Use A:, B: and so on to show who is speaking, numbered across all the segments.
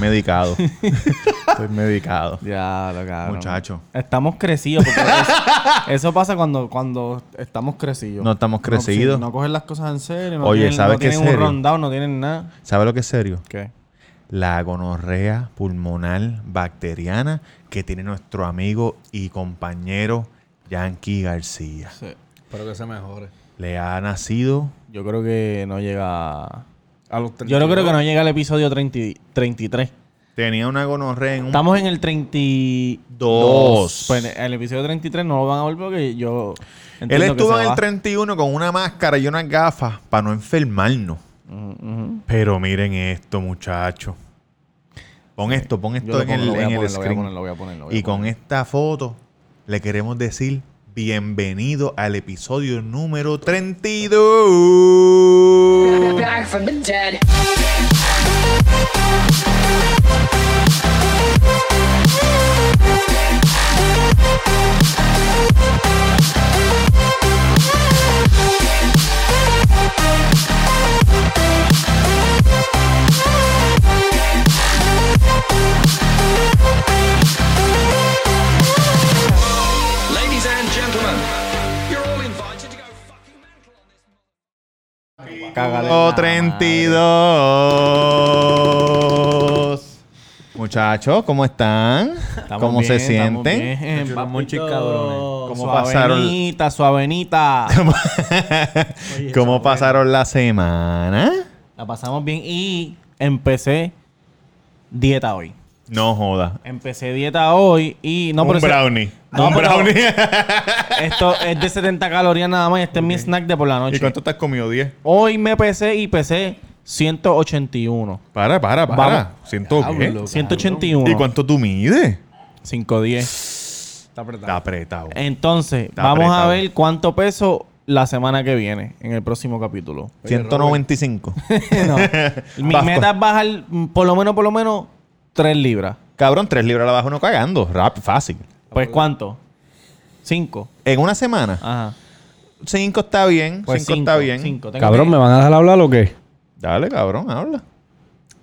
A: medicado. Estoy medicado.
B: Ya, lo cabrón.
A: Muchacho.
C: Estamos crecidos. Porque eso, eso pasa cuando, cuando estamos crecidos.
A: No estamos crecidos.
C: sí, No, cogen las cosas en serio. No
A: Oye,
C: tienen,
A: ¿sabes
C: no
A: qué es
C: tienen un
A: serio?
C: rundown, no tienen nada.
A: ¿Sabes lo que es serio?
C: ¿Qué?
A: La gonorrea pulmonar bacteriana que tiene nuestro amigo y compañero Yankee García.
D: Espero que se mejore.
A: Le ha nacido
C: Yo creo que no llega. a-
D: A los 32.
C: Yo no creo que no llega al episodio 30 y- 33.
A: Tenía una gonorrea en un...
C: Estamos en el 32.
A: Dos.
C: Pues en el episodio 33 no lo van a volver porque yo.
A: Él
C: entiendo que
A: estuvo
C: se
A: en el
C: va.
A: 31 con una máscara y unas gafas para no enfermarnos.
C: Ujú, Mm, ujú.
A: Pero miren esto, muchachos. Pon esto, pon
C: Yo
A: esto
C: lo
A: en
C: pongo,
A: el,
C: lo voy a
A: en el
C: poner, lo voy a
A: screen.
C: poner, lo voy a poner, lo voy a
A: y con
C: poner.
A: esta foto le queremos decir bienvenido al episodio número 32.
E: Back from the dead.
F: Ladies and gentlemen, you're all invited to go fucking mental on this.
C: Cágale
A: Número
C: la
A: 32. Muchachos, ¿cómo están?
C: Estamos
A: ¿Cómo
C: bien,
A: se
C: estamos
A: sienten?
C: bien,
B: Churros
C: papito.
B: monchis cabrones.
A: ¿Cómo
C: Su
A: pasaron?
C: avenita, su avenita.
A: ¿Cómo pasaron la semana?
C: La pasamos bien y empecé dieta hoy.
A: No joda.
C: Empecé dieta hoy y no
A: un
C: pero eso-
A: brownie.
C: No,
A: un
C: pero-
A: brownie.
C: esto es de 70 calorías nada más, y este es mi snack de por la noche.
A: ¿Y cuánto estás comido? 10.
C: Hoy me pesé y pesé 181.
A: Para, para, para.
C: Vamos.
A: Siento que.
B: Diablo.
C: 181.
A: ¿Y cuánto tú mides?
C: 510.
B: Está apretado.
A: Está apretado.
C: Eh, Entonces,
A: Está
C: vamos
A: apretado.
C: a ver cuánto peso la semana que viene en el próximo capítulo.
A: Oye, 195.
C: No. Mi
A: Vasco.
C: meta es bajar mm, por lo menos, por lo menos 3 libras.
A: Cabrón, 3 libras la bajo no cagando. Rap, fácil.
C: Pues cuánto? 5.
A: En una semana.
C: Ajá.
A: 5 está bien. 5
C: Ah. Pues
A: está bien.
C: cinco. Tengo
D: Cabrón,
C: que-
D: ¿me van a dejar hablar o qué?
A: Dale, cabrón, habla.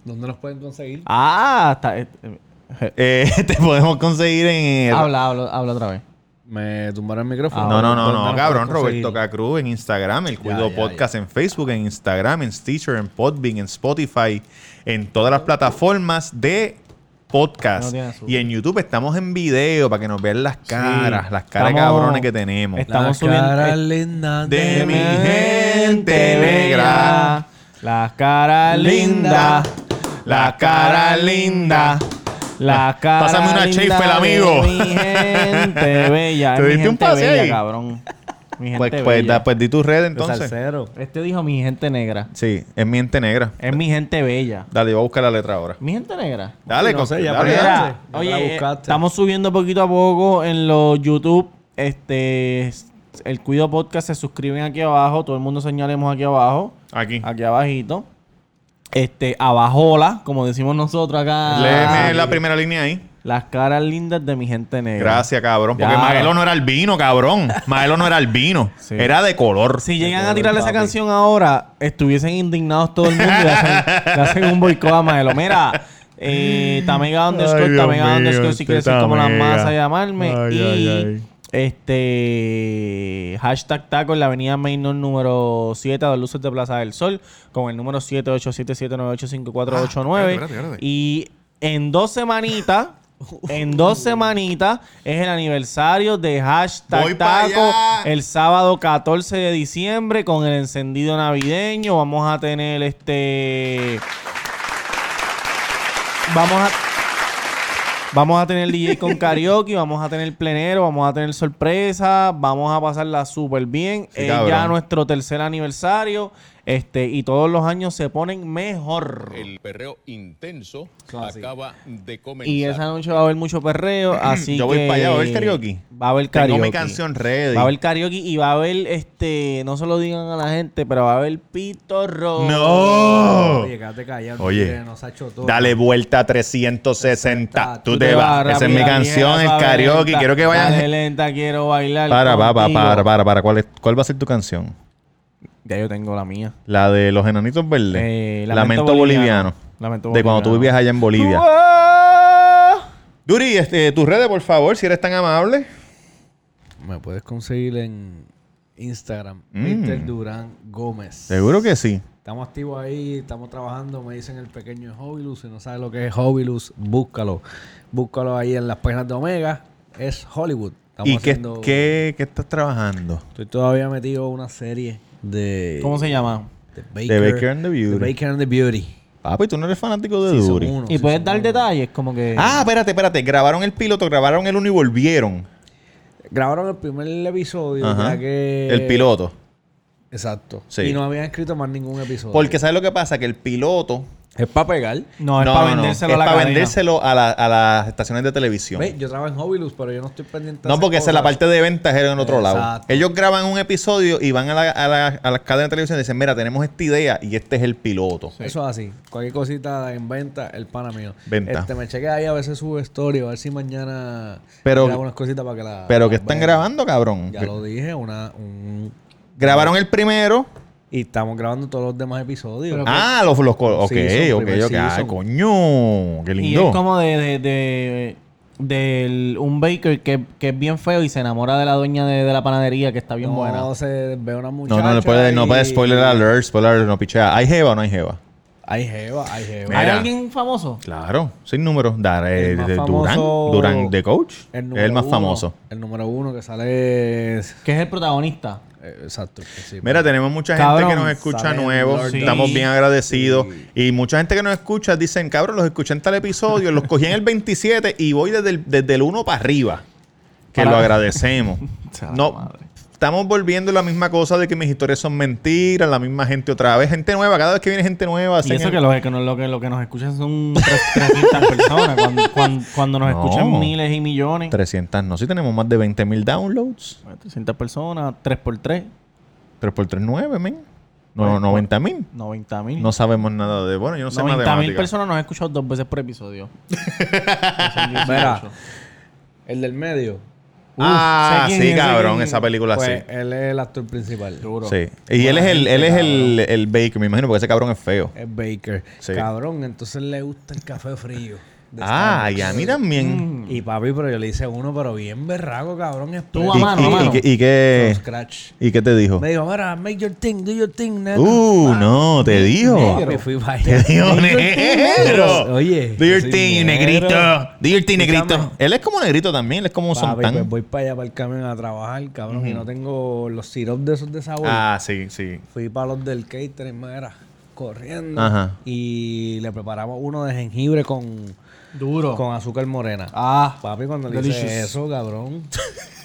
D: ¿Dónde nos pueden conseguir?
C: Ah, está. eh, eh, Ah,
A: Eh, te podemos conseguir en. el-
C: Habla, habla, habla otra vez.
D: Me tumbaron el
C: Ah,
D: micrófono.
A: No, no, no,
C: pues,
D: ¿Dónde
A: no,
D: nos
A: cabrón.
D: pueden conseguir?
A: Roberto Cacruz en Instagram, el Cuido
D: ya,
A: Podcast en Facebook, en Instagram, en Stitcher, en Podbean, en Spotify, en todas las plataformas de
C: No
A: podcast.
C: tiene azúcar.
A: y en YouTube estamos en video para que nos vean las caras, las caras de
C: Estamos-
A: cabrones que tenemos.
C: Est-
D: La
C: Estamos subiendo-
D: cara linda
A: de mi gente
C: Gente
A: negra.
C: negra, las caras lindas,
A: La cara linda. Ah,
C: las caras
A: Pásame una
C: lindas
A: Schaefer,
C: de
A: amigo.
C: Mi gente bella,
A: Te
C: es mi
A: diste un
C: gente
A: pase
C: bella,
A: ahí.
C: cabrón. Mi gente
A: Pues, pues,
C: bella.
A: da- pues di tu red
B: Está
A: entonces.
B: salsero.
C: Este dijo mi gente negra.
A: Sí, es miente negra.
C: Es mi gente bella.
A: Dale, yo voy a buscar la letra ahora.
C: Mi gente negra.
A: Dale,
B: no
A: con-
B: sé, ya
A: dale,
B: perdí.
A: dale.
C: Mira,
B: Ya la
C: oye, eh,
B: buscaste.
C: estamos subiendo poquito a poco en los YouTube. Este, s- el Cuido Podcast se suscriben aquí abajo. Todo el mundo señalemos aquí abajo.
A: Aquí.
C: Aquí abajito. Este, abajola, como decimos nosotros acá.
A: Léeme la primera línea ahí.
C: Las caras lindas de mi gente negra.
A: Gracias, cabrón. Porque
C: Ya.
A: Maelo no era albino, cabrón. Maelo no era albino.
C: Sí.
A: Era de color.
C: Si llegan a tirar esa canción ahora, estuviesen indignados todo el mundo y le hacen, le hacen un boicot a Maelo. Mira, eh, Tamega
A: Ay,
C: underscore,
A: Dios
C: Tamega
A: mío,
C: underscore, si
A: este
C: quieres ser como la
A: Tamega.
C: masa, llamarme.
A: Ay,
C: y
A: ay, ay.
C: este hashtag taco en la avenida Mainor número 7 a dos luces de Plaza del Sol con el número 787-798-5489.
A: Ah, espérate, espérate.
C: Y en dos semanitas. En dos semanitas es el aniversario de hashtag
A: Voy pa'
C: taco
A: allá.
C: el sábado 14 de diciembre con el encendido navideño. Vamos a tener este. Vamos a. Vamos a tener DJ con karaoke, vamos a tener plenero, vamos a tener sorpresa, vamos a pasarla súper bien.
A: Sí,
C: Es
A: cabrón.
C: ya nuestro tercer aniversario, este, y todos los años se ponen mejor.
G: El perreo intenso acaba de comenzar.
C: Y esa noche va a haber mucho perreo, así
A: Yo
C: que...
A: voy pa' allá, ¿va a haber karaoke?
C: Va a haber
A: Tengo
C: karaoke.
A: mi canción ready.
C: Va a haber karaoke y va a haber, este... No se lo digan a la gente, pero va a haber pitorro.
A: ¡No!
B: Oye, quédate callado.
A: Oye,
B: que nos ha hecho todo.
A: Dale vuelta a
C: Ah,
A: 360. Tú te vas. Esa es mi
C: rápida,
A: canción, el
C: vieja, suave,
A: karaoke.
C: lenta.
A: Quiero que
C: Dale
A: vayan.
C: lenta, quiero bailar
A: Para, para, para,
C: contigo.
A: para, para, para. ¿Cuál, es- ¿Cuál va a ser tu canción?
C: Ya yo tengo la mía.
A: La de los enanitos verdes.
C: Eh,
A: Lamento, boliviano.
C: Lamento
A: de cuando tú
C: volver,
A: vivías allá en Bolivia.
C: Ah.
A: Duri, este, tus redes, por favor, si eres tan amable.
D: Me puedes conseguir en Instagram,
A: Mm.
D: Mr. Durán Gómez.
A: Seguro que sí.
D: Estamos activos ahí, estamos trabajando. Me dicen el pequeño de Hobilus. Si no sabes lo que es Hobilus, búscalo. Búscalo ahí en las páginas de Omega. Es Hollywood. Estamos
A: ¿Y qué,
D: haciendo-
A: qué, qué estás trabajando?
D: Estoy todavía metido en una serie de.
C: ¿Cómo se llama?
D: The Baker,
A: The Baker and the Beauty.
D: The Baker and the Beauty.
A: Papi, tú no eres fanático de
D: Season
A: Duri.
D: uno,
C: y puedes
D: season
C: dar
D: uno.
C: detalles, como que.
A: Ah, espérate, espérate. Grabaron el piloto, grabaron el uno y volvieron.
D: Grabaron el primer episodio,
A: Ajá.
D: ya que.
A: El piloto.
D: Exacto.
A: Sí.
D: Y no habían escrito más ningún episodio.
A: Porque ¿sabes lo que pasa? Que el piloto...
D: es para pegar.
C: no, es para vendérselo
A: es
C: a la
A: para
C: cadena.
A: vendérselo a, la- a las estaciones de televisión.
D: Ve, yo trabajo en Hobilus, pero yo no estoy pendiente. de
A: No, porque esa es la
D: cosas.
A: parte de ventas era en otro lado.
D: Exacto.
A: Ellos graban un episodio y van a, la, a, la- a las cadenas de televisión y dicen, mira, tenemos esta idea y este es el piloto.
D: Eso es así. Cualquier cosita en venta, el pana mío.
A: Venta.
D: Este, me chequea ahí, a veces sube story, a ver si mañana
A: Pero-
D: grabo unas cositas para que la.
A: Pero
D: la
A: que están
D: vean.
A: grabando, cabrón.
D: Ya lo dije, una. un-
A: Grabaron el primero.
D: Y estamos grabando todos los demás episodios.
A: Ah, los, los col- Ok,
D: Season,
A: ok,
D: primer
A: ok. Ay,
D: season.
A: coño. Qué
C: Y
A: lindo.
C: es como de, de, de- del- un baker que, que es bien feo y se enamora de la dueña de, de la panadería que está bien
D: no
C: buena.
D: se ve una
A: No,
D: muchacha.
A: no, no puede, no
D: y-
A: puede spoiler alert, spoiler alert, no pichea. ¿Hay jeva o no hay jeva?
D: Hay jeva, hay jeva.
A: Mira.
C: ¿Hay alguien famoso?
A: Claro, sin números. Dar, eh,
D: El más
A: de- Durán,
D: famoso-
A: Durán de coach, es el
D: número
A: más
D: uno,
A: famoso.
D: El número uno que sale. es-
C: Que es el protagonista.
D: eh, exacto. al principio.
A: Mira, tenemos mucha
C: Cabrón,
A: gente que nos escucha
D: saben
A: nuevo.
D: Lord
C: Sí.
A: Estamos bien agradecidos. Y mucha gente que nos escucha dicen, cabrón, los escuché en tal episodio, los cogí en el 27 y voy desde el, desde el 1 para arriba. Que
C: Para-
A: lo agradecemos. no,
C: madre.
A: estamos volviendo la misma cosa de que mis historias son mentiras, la misma gente otra vez. Gente nueva, cada vez que viene gente nueva.
C: Y
A: hacen
C: eso
A: el-
C: que lo que, nos- lo que, lo que nos escuchan son tres- 300 personas. Cuando, cuando, cuando nos
A: No.
C: escuchan miles y millones.
A: 300, no, si tenemos más de 20 mil downloads.
C: 300 personas, 3 por 3,
A: 3 por 3, 9, men. No, 90 mil.
C: 90 mil.
A: No sabemos nada de. Bueno, yo no sé
C: 90 mil
A: matemáticas.
C: personas nos han escuchado dos veces por episodio.
D: Mira, el del medio.
A: Ah,
C: Uf, sé quién
A: sí,
C: es, sé
A: cabrón,
C: quién es.
A: esa película
D: Pues
A: sí.
D: él es el actor principal.
A: Sí. Y él es el, él es el, el Baker, me imagino, porque ese cabrón es feo.
D: Es Baker.
A: Sí.
D: Cabrón, entonces le gusta el café frío. de
A: Ah, y
D: Starbucks.
A: a mí
C: Mm,
A: también.
D: Y papi, pero yo le hice uno, pero bien berraco, cabrón. Es
C: Tú a
A: ¿Y,
C: mano,
A: y-
C: a
A: y
C: mano.
A: qué- y
D: From
A: qué,
D: scratch.
A: ¿Y qué te dijo?
D: Me dijo, mira, make your thing, do your thing, nena.
A: Uh, no, te dijo.
D: Papi, fui para
A: Te
D: allá.
A: dijo
D: Make your thing,
A: negro.
D: negro. Oye.
A: Do
D: yo
A: your
D: soy
A: thing,
D: negro.
A: negrito. Do your thing, negrito.
D: Escúchame.
A: Él es como negrito también, él es como un
D: Papi,
A: sontán.
D: pues voy para allá para el camión a trabajar, cabrón. Y no tengo los sirops de esos de sabor.
A: Ah, sí, sí.
D: Fui para los del catering, mira, corriendo.
A: Ajá.
D: Y le preparamos uno de jengibre con,
C: Duro.
D: con azúcar morena.
C: Ah,
D: Papi, cuando le
C: Delicious.
D: hice eso, cabrón.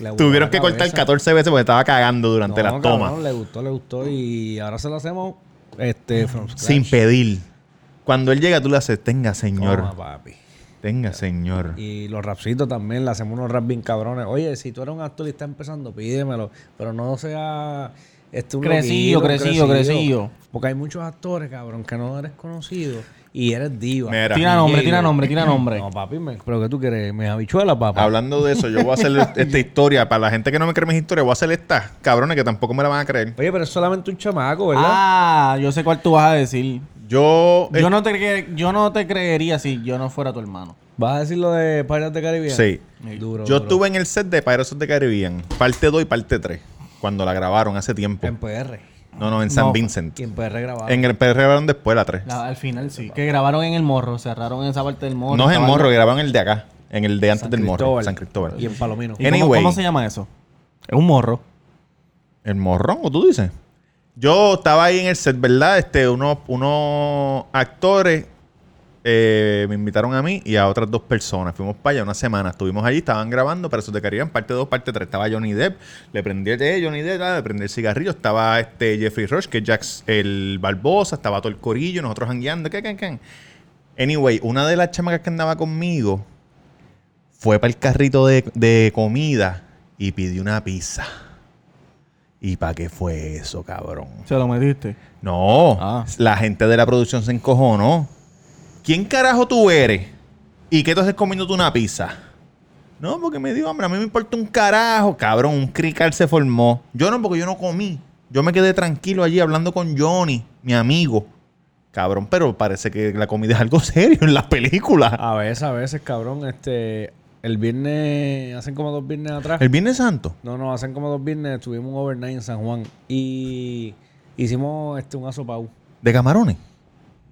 D: le voló
A: Tuvieron
D: la
A: que cortar
D: cabeza.
A: 14 veces porque estaba cagando durante
D: No,
A: las
D: cabrón,
A: tomas.
D: Le gustó, le gustó. Y ahora se lo hacemos este, from scratch.
A: Sin pedir. Cuando él llega, tú le haces, tenga,
D: Toma,
A: señor.
D: papi.
A: Tenga, señor.
D: Y los rapsitos también, le hacemos unos raps bien cabrones. Oye, si tú eres un actor y estás empezando, pídemelo. Pero no sea. Este, un
C: Crecido,
D: loquito, un
C: crecido, crecido.
D: Porque hay muchos actores, cabrón, que no eres conocido y eres diva.
A: Mira.
C: Tira nombre, tira nombre, tira nombre.
D: No, papi, me- pero que tú quieres, me habichuela, papá.
A: Hablando de eso, yo voy a hacer esta historia. Para la gente que no me cree mis historias, voy a hacer estas cabrones que tampoco me la van a creer.
D: Oye, pero es solamente un chamaco, pues, ¿verdad?
C: Ah, yo sé cuál tú vas a decir.
A: Yo. eh,
C: Yo no te, cre- yo no te creería si yo no fuera tu hermano.
D: ¿Vas a decir lo de Pirates de Caribe?
A: Sí.
D: Duro.
A: Yo
D: duro.
A: estuve en el set de Pirates of the Caribbean, parte 2 y parte 3, cuando la grabaron hace tiempo.
D: En PR.
A: No, no, en San
C: No.
A: Vincent.
D: Y en PR grababa.
A: En el PR grabaron después la 3.
C: La- al final sí. Que grabaron en el morro, cerraron esa parte del morro.
A: No es en
C: Estaban-
A: Morro, grabaron el de acá, en el de antes del Morro,
D: Cristóbal.
A: San Cristóbal.
D: Y en Palomino.
C: ¿Y cómo-
A: Anyway.
C: ¿Cómo se llama eso? Es un morro.
A: ¿El morrón, o tú dices? Yo estaba ahí en el set, ¿verdad? Este, unos, unos actores eh, me invitaron a mí y a otras dos personas. Fuimos para allá una semana. Estuvimos allí, estaban grabando para eso te querían parte 2, parte 3. Estaba Johnny Depp, le prendí el eh, Johnny Depp, ah, le prendí el cigarrillo. Estaba este Jeffrey Rush, que es Jax, el Barbosa, estaba todo el corillo, nosotros jangueando, que, que, que. Anyway, una de las chamacas que andaba conmigo fue para el carrito de, de comida y pidió una pizza. ¿Y para qué fue eso, cabrón?
C: Se lo metiste.
A: No,
C: Ah.
A: la gente de la producción se encojonó. ¿Quién carajo tú eres? ¿Y qué tú haces comiéndote una pizza? No, porque me dijo, hombre, a mí me importa un carajo, cabrón. Un crical se formó. Yo no, porque yo no comí. Yo me quedé tranquilo allí hablando con Johnny, mi amigo. Cabrón, pero parece que la comida es algo serio en las películas.
D: A veces, a veces, cabrón. Este, el viernes, hacen como dos viernes atrás.
A: El Viernes Santo.
D: No, no, hacen como dos viernes estuvimos un overnight en San Juan y hicimos este, un asopau
A: De camarones.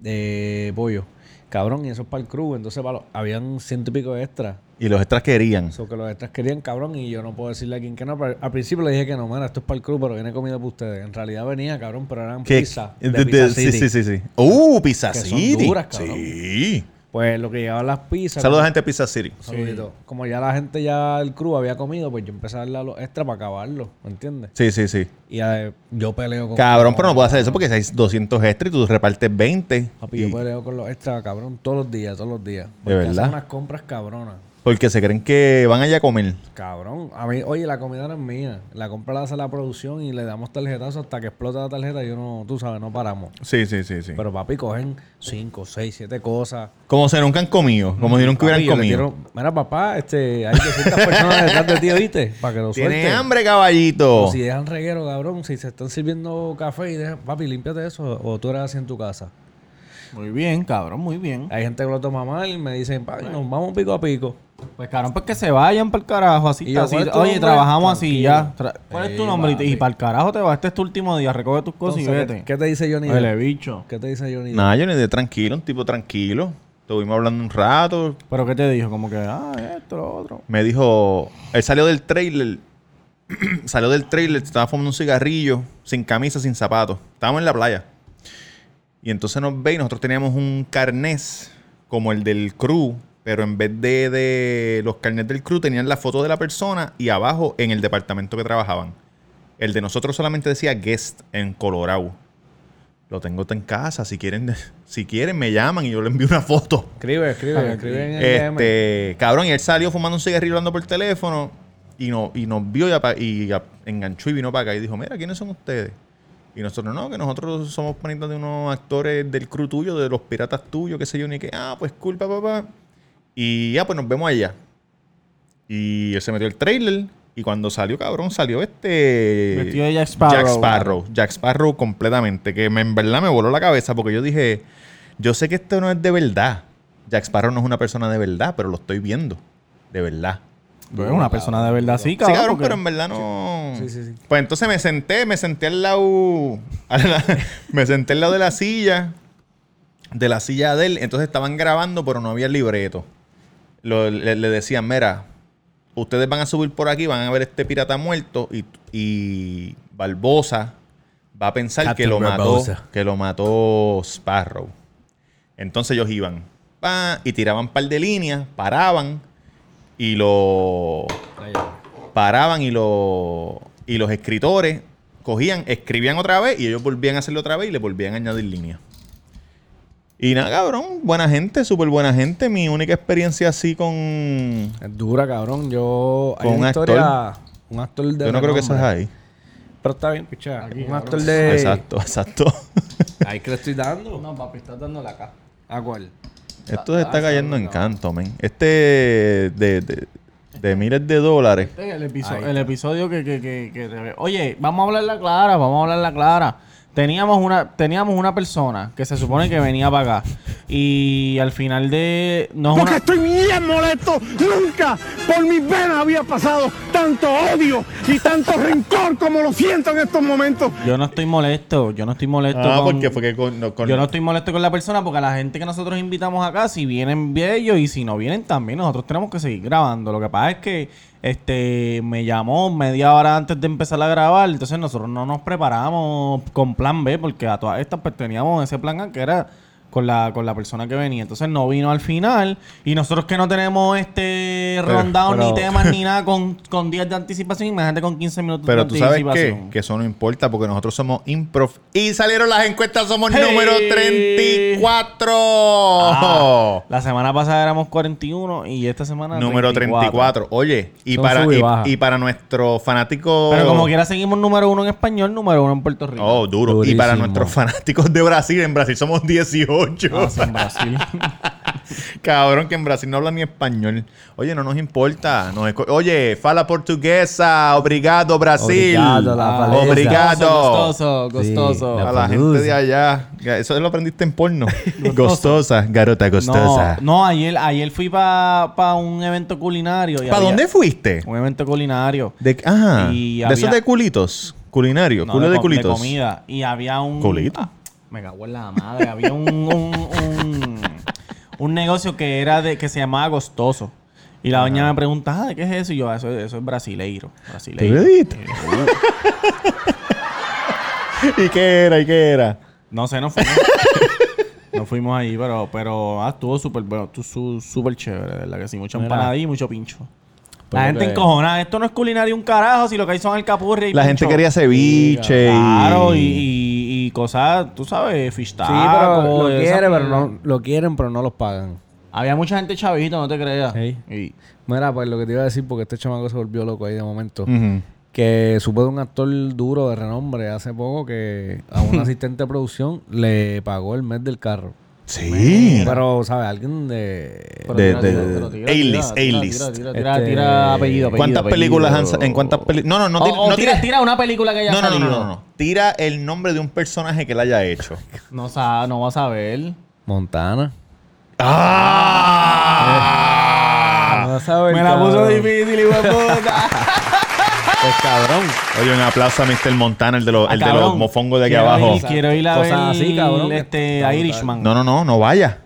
D: de pollo. Cabrón, y eso es para el crew. Entonces, para los- habían ciento y pico de extras.
A: Y los extras querían.
D: Eso que los extras querían, cabrón, y yo no puedo decirle a quien que no. Pero al principio le dije que no, mano, esto es para el crew, pero viene comida para ustedes. En realidad venía, cabrón, pero eran
A: Que-
D: pizza. de
A: de- de-
D: Pizza
A: sí, sí,
D: City.
A: sí, sí. Uh, Pizza
D: Que son
A: City.
D: duras, cabrón.
A: sí.
D: Pues lo que llegaban las pizzas.
A: Saludos a gente de Pizza City.
D: Saludito. Como ya la gente, ya el crew había comido, pues yo empecé a darle a los extras para acabarlo, ¿me entiendes?
A: Sí, sí, sí.
D: Y eh, yo peleo con.
A: Cabrón,
D: con-
A: pero no puedo hacer eso porque si hay 200 extras y tú repartes 20.
D: Papi, yo
A: Y-
D: peleo con los extras, cabrón, todos los días, todos los días. Porque hacen
A: verdad?
D: unas compras cabronas.
A: porque se creen que van allá a comer.
D: Cabrón, a mí, oye, la comida no es mía. La compra la hace la producción y le damos tarjetazos hasta que explota la tarjeta y yo no, tú sabes, no paramos.
A: Sí, sí, sí, sí.
D: Pero papi, cogen 5, 6, 7 cosas.
A: como si nunca han comido. Como si nunca
D: Papi,
A: hubieran
D: yo le
A: comido.
D: tiro, Mira, papá, este, hay 200 personas detrás de ti, ¿oíste? Para que lo suelten.
A: Tiene hambre, caballito.
D: O si dejan reguero, cabrón, si se están sirviendo café y dejan, papi, límpiate eso, o tú eres así en tu casa.
C: Muy bien, cabrón, muy bien.
D: Hay gente que lo toma mal y me dicen, papi, nos vamos pico a pico.
C: Pues cabrón, pues que se vayan para el carajo, así,
D: Y yo,
C: así.
D: ¿cuál es tu
C: Oye,
D: nombre?
C: trabajamos así ya.
D: Tranquilo.
C: Tra- ¿Cuál es tu
D: Ey,
C: nombre? Y te- Y,
D: papi.
C: para el carajo te vas, este es tu último día, recoge tus cosas y
D: Entonces,
C: vete.
D: ¿qué, qué te dice Johnny?
C: Huele
D: Depp?
C: bicho.
D: ¿Qué te dice Johnny? Depp?
A: Nada, yo ni de tranquilo, un tipo tranquilo. Estuvimos hablando un rato.
C: ¿Pero qué te dijo? Como que, ah, esto, lo otro.
A: Me dijo. Él salió del trailer. salió del trailer, estaba fumando un cigarrillo, sin camisa, sin zapatos. Estábamos en la playa. Y entonces nos ve y nosotros teníamos un carnés como el del crew, pero en vez de, de los carnés del crew tenían la foto de la persona y abajo en el departamento que trabajaban. El de nosotros solamente decía guest en Colorado. Lo tengo en casa, si quieren, si quieren me llaman y yo le envío una foto.
D: Escribe, escribe, escribe en el DM.
A: Este, cabrón, y él salió fumando un cigarrillo hablando por teléfono y, no, y nos vio y, apa- y a- enganchó y vino para acá y dijo, mira, ¿quiénes son ustedes? Y nosotros, no, que nosotros somos panitas de unos actores del crew tuyo, de los piratas tuyos, qué sé yo, ni que, ah, pues culpa, papá. Y ya, pues nos vemos allá. Y él se metió el trailer y cuando salió, cabrón, salió este...
C: Vestido de Jack Sparrow.
A: Jack Sparrow. Jack Sparrow completamente, que me- en verdad me voló la cabeza porque yo dije, yo sé que esto no es de verdad. Jack Sparrow no es una persona de verdad, pero lo estoy viendo. De verdad.
C: Pues, una persona de verdad, sí, cabrón.
A: sí, cabrón,
C: porque-
A: pero en verdad no.
D: Sí, sí, sí.
A: Pues entonces me senté, me senté al lado. a la- me senté al lado de la silla. De la silla de él. Entonces estaban grabando, pero no había libreto. Lo- le, le decían, mira, ustedes van a subir por aquí, van a ver este pirata muerto. Y, y Barbosa va a pensar que
D: Captain
A: lo
D: Barbosa.
A: mató. Que lo mató Sparrow. Entonces ellos iban. pa, y tiraban un par de líneas, paraban y lo paraban y lo y los escritores cogían, escribían otra vez y ellos volvían a hacerlo otra vez y le volvían a añadir líneas. Y nada, cabrón, buena gente, súper buena gente. Mi única experiencia así con.
D: Es dura, cabrón. Yo.
A: Con un actor.
D: Un actor de.
A: Yo no creo que seas
D: renombre.
A: ahí.
D: Pero está bien, pichada. un actor
C: Eh.
D: de.
A: Exacto, exacto.
D: Ahí que le estoy dando.
B: No, papi, estás dándole acá.
D: ¿A cuál?
A: Esto se está cayendo en canto, men. Este de, de, de miles de dólares.
C: Este es El, episo- el episodio que, que, que, que te- Oye, vamos a hablarla clara, vamos a hablarla clara. Teníamos una, teníamos una persona que se supone que venía para acá. Y al final de. No es una-
E: estoy bien molesto. Nunca por mis venas había pasado tanto odio y tanto rencor como lo siento en estos momentos.
C: Yo no estoy molesto, yo no estoy molesto.
A: Ah,
C: con-
A: porque fue que con. no, con-
C: Yo no estoy molesto con la persona porque a la gente que nosotros invitamos acá, si vienen bien ellos y si no vienen también, nosotros tenemos que seguir grabando. Lo que pasa es que este me llamó media hora antes de empezar a grabar, entonces nosotros no nos preparamos con plan B porque a todas estas pues teníamos ese plan A que era con la, con la persona que venía. Entonces no vino al final y nosotros que no tenemos este rundown ni
D: pero-
C: temas ni nada con, con días de anticipación, imagínate con 15 minutos
A: Pero
C: de
A: tú sabes que,
C: anticipación.
A: que eso no importa porque nosotros somos improv. Y salieron las encuestas, somos
C: ¡Hey!
A: número 34.
C: Ah, la semana pasada éramos 41 y esta semana
A: número 34. Oye, y
D: Son
A: para,
D: sub y
A: y-
D: baja.
A: y, para nuestro fanático.
C: Pero como quiera seguimos número uno en español, número uno en Puerto Rico.
A: Oh, duro. Y
D: Durísimo.
A: para nuestros fanáticos de Brasil, en Brasil somos 18.
C: Ah, sí, en Brasil.
A: Cabrón, que en Brasil no habla ni español. Oye, no nos importa. Nos esco- Oye, fala portuguesa. Obrigado, Brasil.
D: Obrigado, la
A: Ah,
D: palestra.
A: Obrigado.
C: Gostoso,
D: Sí,
C: gostoso.
A: A
D: la
A: la gente
D: produce.
A: de allá. Ya, Eso lo aprendiste en porno. Gostosa, garota
C: No,
A: gostosa.
C: no, ayer, ayer fui para un evento culinario. y
A: ¿Para
C: había-
A: dónde fuiste?
C: Un evento culinario.
A: De, ajá.
C: Y
A: De
C: había-
A: esos de culitos. Culinario.
C: No,
A: culo de,
C: com-
A: culitos.
C: comida. Y había un.
A: ¿Culito?
C: Ah, me cago en la madre. Había un, un, un, un negocio que era de que se llamaba Gostoso. Y la doña me pregunta, ah, ¿de qué es eso? Y yo, "Ah, eso, eso es brasileiro.
A: ¿Te
C: brasileiro".
A: lo diste? ¿Y qué era? ¿Y qué era?
C: No sé, no fuimos. no fuimos ahí, pero, pero ah, estuvo súper bueno, estuvo su- súper chévere, de ¿verdad? Que sí, mucha
D: Mira.
C: empanada y mucho pincho.
D: Pero
C: La gente
D: que-
C: encojonada, esto no es culinario un carajo, si lo que hay son alcapurria y
A: La gente
C: pincho.
A: quería ceviche.
C: Claro, y, y- y cosas, tú sabes, fish
D: Sí,
C: taco,
D: pero lo
C: esa
D: quieren, pero
C: mierda.
D: no, lo quieren, pero no los pagan.
C: Había mucha gente chavita, no te creas.
D: Sí.
C: Y-
D: Mira, pues lo que te iba a decir, porque este chamaco se volvió loco ahí de momento.
A: Ujú.
D: Que supo de un actor duro de renombre hace poco que a un asistente de producción le pagó el mes del carro.
A: Sí.
D: Pero, ¿sabes? Alguien de.
C: pero
A: de-
C: tira,
A: de-
C: tira,
A: de-
C: pero tira,
A: A-list,
C: tira,
A: A-list.
C: tira, tira, Tira,
D: Este,
C: tira apellido, apellido,
A: ¿Cuántas películas han
C: apellido.
A: sa- en cuántas películas? No, no, no,
C: O-
A: ti-
C: o
A: no
C: tira, tira una película que haya
A: No, no, no,
C: salido.
A: no, no, no. Tira el nombre de un personaje que la haya hecho.
C: No, sa- no vas a ver.
D: Montana.
A: ¡Ah!
D: No sabes, cabrón.
C: difícil, hijo de puta.
D: Pues, cabrón.
A: Oye, un aplauso a Mr. Montana, el de
C: Ah,
A: los, el de los mofongos de aquí
C: quiero
A: abajo.
C: Ir, quiero ir a ver
D: Cosas así, cabrón, que
C: este,
D: está
C: a
D: brutal.
C: Irishman.
A: No, no, no, no vaya.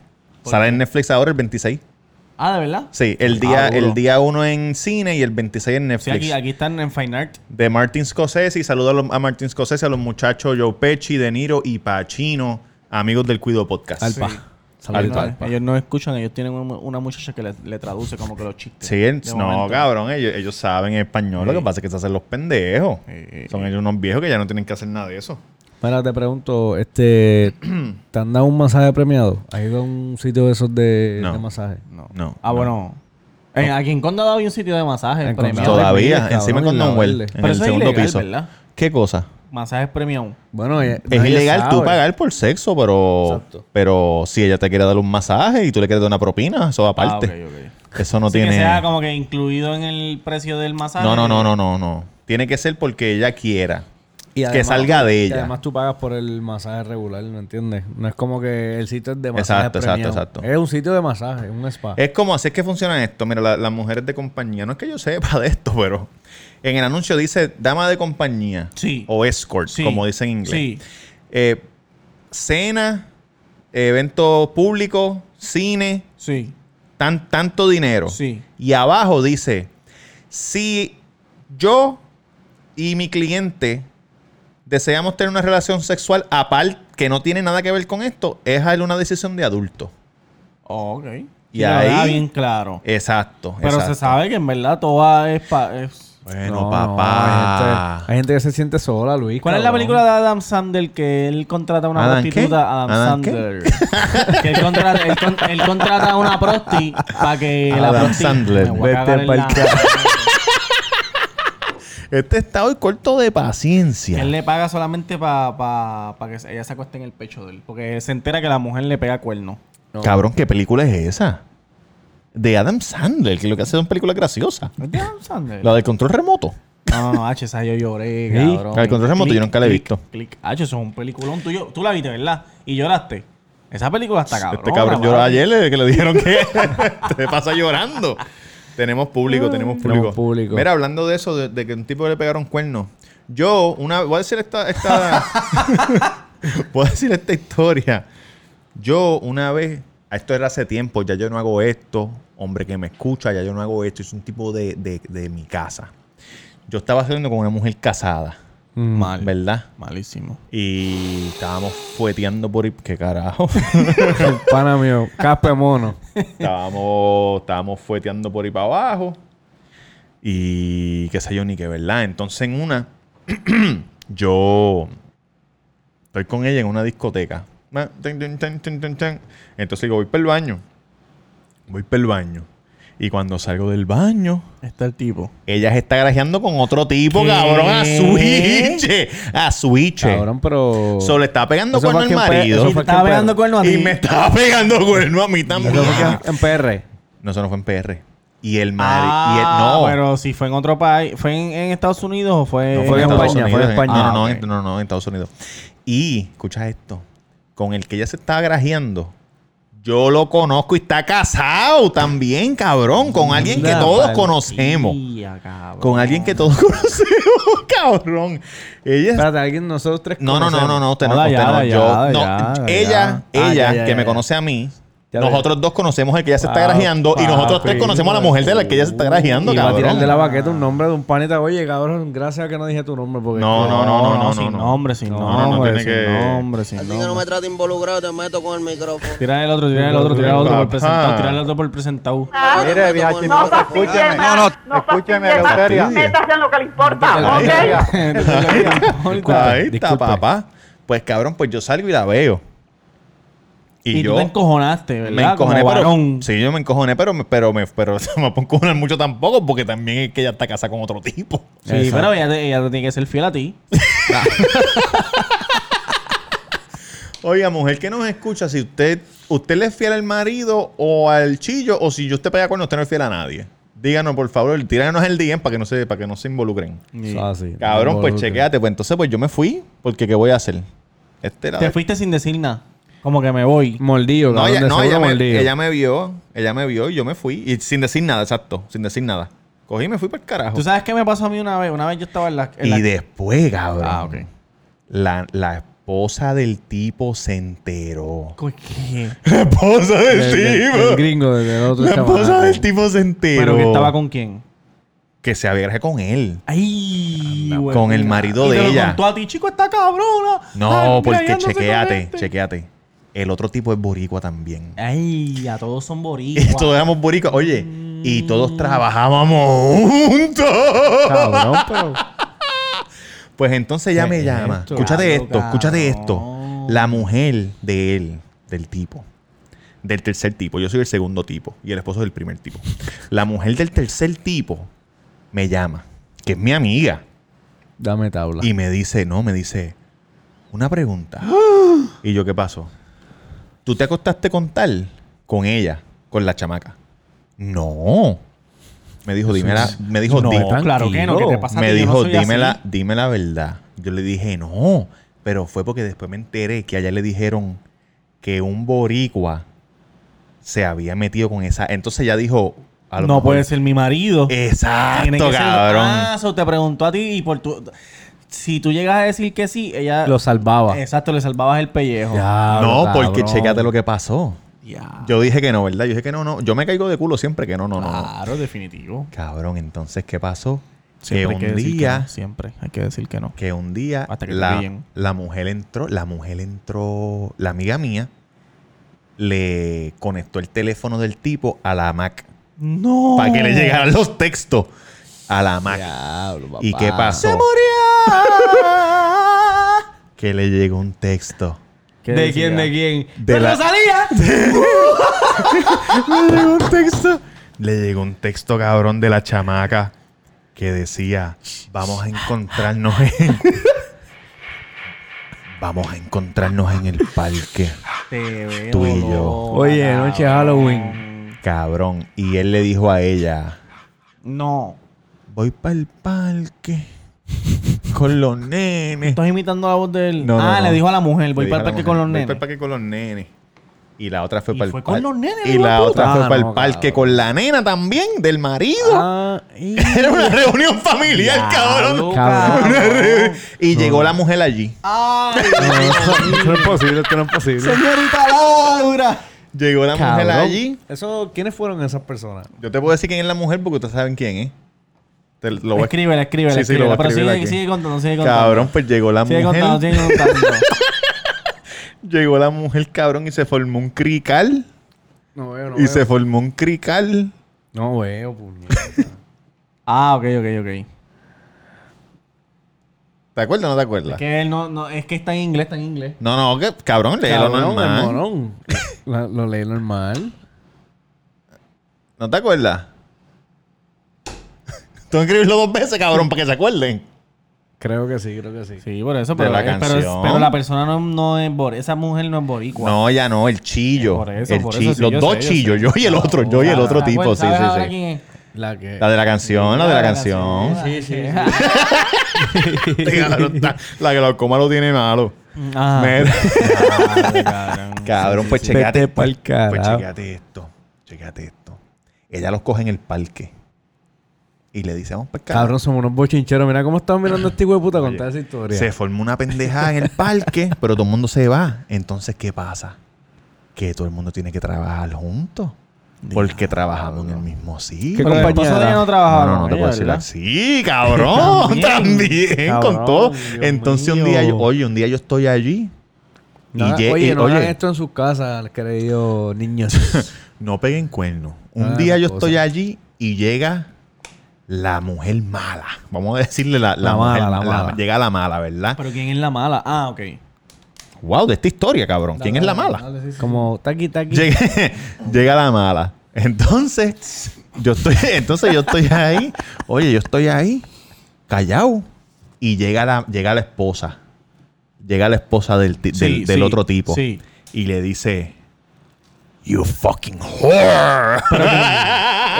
A: Sale en Netflix ahora el 26.
C: Ah, ¿de verdad?
A: Sí, el día,
D: Ah, duro.
A: el día 1 en cine y el 26 en
C: Sí,
A: Netflix.
C: aquí, aquí están en Fine Art.
A: De Martin Scorsese. Y saludo a, los- a Martin Scorsese, a los muchachos Joe Pesci, De Niro y Pacino, amigos del Cuido Podcast.
D: Alpa.
A: Sí.
D: Saludito,
A: Alpa.
D: Alpa.
C: Ellos no escuchan, ellos tienen un- una muchacha que le, le traduce como que los chistes.
A: Sí, el-
C: De
A: no,
C: momento.
A: cabrón, ellos, ellos saben español. Lo que pasa es que se hacen los pendejos. Son ellos unos viejos que ya no tienen que hacer nada de eso.
D: Mira, te pregunto, este, ¿te han dado un masaje premiado? ¿Has ido a un sitio de esos de,
A: No.
D: de masaje?
C: No.
A: No,
C: Ah, bueno. Eh, aquí en Condado había un sitio de masajes
D: En
C: premiado.
D: Condado.
A: Todavía,
D: cabrón,
A: encima con
D: en la
A: Noel,
D: verde.
A: en
C: Pero
A: el
C: eso es
A: segundo
C: ilegal,
A: piso.
C: ¿verdad?
A: ¿Qué cosa?
C: Masajes premium.
D: Bueno, es
A: Es ilegal tú pagar por sexo, pero,
D: Exacto.
A: pero si ella te quiere dar un masaje y tú le quieres dar una propina, eso aparte.
C: Ah, ok, ok.
A: Eso no
C: Así
A: tiene.
C: que sea como que incluido en el precio del masaje.
A: No, no, no, no, no, no. Tiene que ser porque ella quiera.
D: Y
A: que
D: además-
A: salga de
D: y
A: ella.
D: además tú pagas por el masaje regular, ¿me entiendes? No es como que el sitio es de masaje
A: Exacto, exacto,
D: premiado.
A: exacto.
D: Es un sitio de masaje, un spa.
A: Es como así es que funciona esto. Mira, la- las mujeres de compañía, no es que yo sepa de esto, pero en el anuncio dice dama de compañía
C: Sí.
A: o escort,
C: Sí.
A: como dicen en inglés.
C: Sí.
A: Eh, cena, evento público, cine,
C: Sí.
A: tan, tanto dinero.
C: Sí.
A: Y abajo dice, si yo y mi cliente deseamos tener una relación sexual aparte que no tiene nada que ver con esto, es a él una decisión de adulto.
C: Oh, ok. Y,
A: Y ahí-
C: bien claro.
A: Exacto.
C: Pero
A: exacto.
C: se sabe que en verdad toda es... pa- es-
A: Bueno,
D: No, este
A: papá.
D: hay, gente, hay gente que se siente sola, Luis.
C: ¿Cuál es la película de Adam Sandler que él contrata a una
A: ¿Adam
C: prostituta?
A: qué?
C: Adam,
A: ¿Adam qué?
C: Sandler. que él contrata, él con- él contrata a una prosti para que la
A: Adam
C: prosti...
A: Sandler.
C: Me voy a
D: Vete
C: cagar en
D: pa'l
C: la-
A: Este está hoy corto de paciencia.
C: Él le paga solamente para que ella se acueste en el pecho de él. Porque se entera que la mujer le pega cuerno.
A: Cabrón, ¿qué película es esa? De Adam Sandler, que lo que hace son películas graciosas.
C: ¿No es de Adam Sandler?
A: La del control remoto.
C: No, no, no, H, esa yo lloré,
D: Sí.
C: cabrón.
A: La del control remoto
C: Click,
A: yo nunca la he
C: click,
A: visto.
C: Click. H, eso es un peliculón tuyo. Tú la viste, ¿verdad? Y lloraste. Esa película está cabrón.
A: este cabrón lloró ayer eh, que le dijeron que te pasa llorando. Tenemos público, tenemos público.
D: Tenemos público.
A: Mira, hablando de eso, de, de que un tipo le pegaron cuernos. Yo, una, voy a decir esta, esta voy a decir esta historia. Yo una vez, esto era hace tiempo, ya yo no hago esto, hombre que me escucha, ya yo no hago esto, es un tipo de, de- de mi casa. Yo estaba saliendo con una mujer casada,
D: Mm.
C: Mal.
A: ¿verdad?
C: Malísimo.
A: Y estábamos fueteando por... ahí- ¿Qué carajo?
D: El pana mío, Caspe Mono.
A: estábamos, estábamos fueteando por ahí para abajo. Y qué sé yo, ni qué, ¿verdad? Entonces en una, yo estoy con ella en una discoteca. Ma- tin, tin, tin, tin, tin, tin. Entonces digo, voy para el baño. Voy para el baño. Y cuando salgo del baño,
C: Está el tipo.
A: ella se está grajeando con otro tipo, cabrón, a su hiche. A su hiche.
D: Cabrón, pero.
A: So, le estaba pegando
D: Eso
A: cuerno
D: fue
A: al
D: que empe-
A: marido.
D: eso fue
C: Estaba
D: que en
C: pegando
D: PR.
C: cuernos a
A: Y
C: mí.
A: me estaba pegando cuerno a mí también.
D: Eso fue que en PR.
A: No, eso no fue en PR. Y el marido.
C: Ah,
A: y el, no.
C: Pero si fue en otro país. ¿Fue en, en Estados Unidos o fue,
A: No
D: eh, fue en
A: Estados
D: España,
A: Unidos,
D: fue en España.
A: No, no, no,
C: Ah,
A: en- no, no, en Estados Unidos. Y, escucha esto, con el que ella se estaba grajeando, yo lo conozco y está casado también, cabrón, con alguien que
D: Anda,
A: todos
D: pal-
A: conocemos.
C: Ya, cabrón.
A: Con alguien que todos conocemos, cabrón. Ella...
D: Espérate, Ah, alguien, nosotros tres.
A: No, no, no, no, no, usted no,
C: Hola,
A: usted
C: ya,
A: no,
C: ya,
A: yo,
C: ya,
A: no,
C: ya, ya.
A: ella,
C: Ah,
A: ella,
C: ya, ya,
A: que me
C: ya.
A: conoce a mí,
D: Ya veo.
A: nosotros dos conocemos al que ella se está
D: Ah,
A: grajeando y nosotros tres
D: papi,
A: conocemos a la mujer de la que ella se está grajeando,
D: Iba a tirar de la
A: cabrón.
D: baqueta un nombre de un panita. Oye, cabrón, gracias a que no dije tu nombre. Porque
A: No, no, no, no, no,
C: sin
A: no, no.
C: nombre, sin
A: No, no, no tiene
C: nombre, sin
A: que-
C: nombre, sin
H: Así
C: nombre.
H: que no me trate involucrado, te meto con el micrófono.
C: Tira el otro, tira el otro, tira el otro por presentado, tira el otro por presentado.
H: Mire, vieja chismosa, escúchame.
I: No, no, escúcheme, Eleuteria. Métase en lo que le importa, ¿ok?
A: Ahí está,
D: Disculpe.
A: papá. Pues cabrón, pues yo salgo y la veo. Y,
C: Y,
A: yo
C: tú te encojonaste, ¿verdad?
A: me encojoné,
C: Como
A: pero,
C: varón.
A: sí, yo me encojoné, pero me, pero me, pero no me puedo encojonar mucho tampoco, porque también es que ella está casada con otro tipo.
C: Sí, pero ella, te- ella te tiene que ser fiel a ti.
A: Oiga, mujer que nos escucha, si usted, usted le es fiel al marido o al chillo, o si yo te pega cuando usted no es fiel a nadie. Díganos, por favor, tíranos el DM para que no se, para que no se involucren. Cabrón, pues chequéate. Pues entonces, pues yo me fui, porque ¿qué voy a hacer? Este era
C: Te fuiste sin decir nada. Como que me voy.
D: Mordido,
A: No,
D: cabrón.
A: ella,
D: de
A: no,
D: seguro
A: ella me,
D: mordido.
A: ella me vio, ella me vio y yo me fui. Y sin decir nada, exacto, sin decir nada. Cogí y me fui para el carajo.
C: ¿Tú sabes qué me pasó a mí una vez? Una vez yo estaba en la... en la-
A: Y después, cabrón,
C: Ah, ok.
A: la, la esposa del tipo se enteró.
C: ¿Qué?
A: La esposa
D: Del-
A: del
D: del- del
A: tipo.
D: gringo, del del otro
A: La esposa
D: chamaco.
A: del tipo se enteró.
C: ¿Pero que estaba con quién?
A: Que se había grajado con él.
C: Ay, güey,
A: con el
C: mira.
A: marido
C: Y
A: de
C: te lo
A: ella.
C: contó a ti, chico, esta cabrona.
A: No,
C: Ay,
A: porque
C: engañándose con
A: chequéate,
C: este.
A: chequéate. El otro tipo es boricua también.
C: Ay, a todos son
A: Y
C: boricuas.
A: todos éramos boricuas. Oye, y todos trabajábamos juntos.
D: Cabrón, pero.
A: Pues entonces ya
D: ¿Qué
A: me
D: es
A: llama.
D: esto?
A: Escúchate
C: Diablo,
A: esto, escúchate esto.
C: cabrón.
A: La mujer de él, del tipo, del tercer tipo, yo soy el segundo tipo y el esposo del primer tipo. La mujer del tercer tipo me llama, que es mi amiga,
D: Dame tabla.
A: y me dice, no, me dice, una pregunta. Y yo, ¿qué pasó? ¿Tú te acostaste con tal? Con ella, con la chamaca. No. Me dijo, dime la, me dijo,
C: No,
A: "Di-
C: claro que no. ¿Qué te pasa a
A: me
C: ti? Yo no
A: dijo,
C: soy
A: dime,
C: así".
A: la, dime la verdad. Yo le dije, no, pero fue porque después me enteré que allá le dijeron que un boricua se había metido con esa. Entonces ella dijo, a lo
C: No
A: mejor-
C: puede ser mi marido. Tiene
A: Exacto,
C: que ser-
A: cabrón.
C: Ah, eso te preguntó a ti y por tu... Si tú llegas a decir que sí, ella...
D: Lo salvaba.
C: Exacto, le salvabas el pellejo.
A: no, porque checate lo que pasó.
C: Ya.
A: Yo dije que no, ¿verdad? Yo dije que no, no. Yo me caigo de culo siempre que no, no, no, no.
C: Claro, definitivo.
A: Cabrón, entonces, ¿qué pasó?
C: Siempre hay
A: que
C: que
A: un
C: decir que
A: día...
C: no, siempre hay que decir que no.
A: que un día
C: Hasta que te
A: la,
C: pillen.
A: la mujer entró, la mujer entró, la amiga mía le conectó el teléfono del tipo a la Mac
C: No.
A: para que le llegaran los textos a la Mac. ¿Y qué pasó? Que le llegó un texto.
C: ¿De quién? ¿De quién?
A: De la-
C: Rosalía!
A: Le llegó un texto. Le llegó un texto cabrón de la chamaca que decía, vamos a encontrarnos en... Vamos a encontrarnos en el parque.
C: Te veo
A: Tú y yo.
C: loca,
D: Oye, noche de Halloween.
A: Cabrón. Y él le dijo a ella,
C: No.
A: Voy para el parque con los nenes.
C: Estás imitando la voz de él.
A: No, no,
C: ah,
A: no.
C: le dijo a la mujer, voy
A: Le
C: para el
A: dijo a la
C: parque
A: mujer,
C: con los
A: "Voy
C: nenes.
A: pa'l parque con los nenes. Y la otra fue
C: Y
A: para el
C: fue con
A: par-
C: los nenes,
A: Y
C: hijo
A: la
C: de
A: otra
D: puta.
A: fue
D: Ah,
A: para el
D: no,
A: parque
D: cabrón.
A: con la nena también, del marido.
D: Ah, y-
A: Era una reunión familiar, cabrón.
D: Cabrón.
A: Una reunión. Y llegó la mujer allí.
C: Ay,
D: no es posible, esto no es posible.
C: señorita Laura.
A: Llegó la mujer
D: Cabrón.
A: allí.
D: Eso, ¿Quiénes fueron esas personas?
A: Yo te puedo decir quién es la mujer porque ustedes saben quién es. Te lo voy a-
C: Escríbele, escríbele.
A: Sí, sí, lo voy a
C: escríbele. Pero
A: escribir
C: sigue,
A: aquí.
C: sigue contando, sigue contando.
A: Cabrón, pues llegó la
C: Sigue
A: mujer.
C: contando, sigue contando.
A: Llegó la mujer, cabrón, y se formó un crical.
D: No veo, no
A: Y se formó un crical.
D: No veo, puñeta.
C: ah, ok, ok, ok.
A: ¿Te acuerdas o no te acuerdas?
C: Que él no, no, es que está en inglés, está en inglés.
A: No, no, que, cabrón, léelo
D: Cabrón, el
A: normal.
D: morón. La- Lo leí normal.
A: ¿No te acuerdas? Tengo que escribirlo dos veces, cabrón, para que se acuerden.
D: Creo que sí, creo que sí.
C: Sí, por eso,
A: De
C: pero,
A: la
C: eh, pero, es-
A: canción.
C: pero la persona no, no es boricua. Esa mujer no es boricua.
A: No, ya no, el chillo.
C: Eh, por eso,
A: El
C: por
A: chi-
C: eso sí,
A: los
C: yo
A: dos
C: sé, yo
A: chillos,
C: sé.
A: yo y el otro, yo y el otro
C: Ah,
A: tipo,
C: bueno,
A: sí,
C: ¿sabes ahora
A: sí, sí.
C: quién es?
D: La que.
A: La de la canción, la de la
C: Ah,
A: canción.
C: Sí, sí.
A: Claro, está- La glaucoma lo tiene malo.
C: Ah.
A: Mira.
C: Ay, cabrón.
A: Cabrón, pues
D: Vete
A: chequeate.
D: pa'l
A: Pues
D: carajo.
A: chequeate esto. Chequeate esto. Ella los coge en el parque. Y le dice, vamos para
D: Cabrón, somos unos bochincheros. Mira cómo están mirando a este hijo de puta con toda esa historia.
A: Se formó una pendejada en el parque, pero todo el mundo se va. Entonces, ¿qué pasa? Que todo el mundo tiene que trabajar juntos. Porque trabajamos en el mismo
D: ¿Qué
A: sitio.
C: Pero el
D: compañía
C: esposo de ella
D: era?
C: no
A: No,
C: trabajaba.
A: no, no
C: con
A: te
C: ella,
A: puedo decir
C: ¿verdad?
A: la- Sí, cabrón, también, con
D: Cabrón,
A: todo.
D: Dios
A: Entonces
D: mío.
A: un día, yo, oye, un día yo estoy allí.
D: No
A: y
D: hagan-
A: ye-
D: oye,
A: y-
D: no
A: oye,
D: hagan esto en sus casas, queridos niños.
A: no peguen cuernos. Un
D: Ah,
A: día
D: qué
A: yo
D: cosa.
A: estoy allí y llega la mujer mala. Vamos a decirle la, la
D: La mala,
A: mujer
D: la mala.
A: Llega la mala, ¿verdad?
C: Pero ¿quién es la mala? Ah, ok.
A: Wow, de esta historia, cabrón. ¿Quién es la mala?
D: Como taqui taqui.
A: Llega, llega la mala. Entonces, yo estoy, entonces yo estoy ahí. Oye, yo estoy ahí, callado. Y llega la, llega la esposa. Llega la esposa del, ti-
C: Sí,
A: del, del
C: sí,
A: otro tipo.
C: sí.
A: Y le dice. You fucking whore.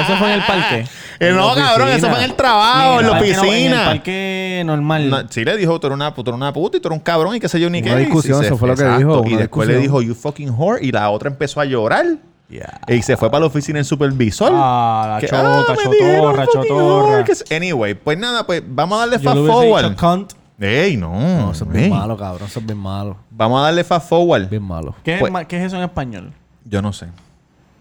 C: Eso fue en el parque.
A: Eh, no,
C: En la
A: cabrón, eso
C: oficina.
A: fue en el trabajo, Ah, en la
C: parque no- en el
A: oficina.
C: parque normal.
A: No, sí le dijo, tú eres, una, tú eres una puta y tú eres un cabrón y qué sé yo ni
D: Una
A: qué. Y
D: discusión,
A: se-
D: eso fue lo que dijo,
A: Y
D: una
A: después le dijo, you
D: discusión.
A: fucking whore. Y la otra empezó a llorar. Y se fue para la oficina del supervisor.
C: Ah, la
A: Que,
C: chota,
A: "Ah, me dijeron
C: chotorra,
A: fucking whore",
C: chotorra.
A: que se- Anyway, pues nada, pues vamos a darle
C: Yo
A: fast
C: le hubiese dicho
A: forward.
C: cunt.
A: Ey, no.
D: Eso es
A: ey.
D: bien malo, cabrón. Eso es bien malo.
A: Vamos a darle fast forward.
D: Bien malo.
C: ¿Qué, es
A: Pues-
C: ma- qué es eso en español?
A: Yo no sé.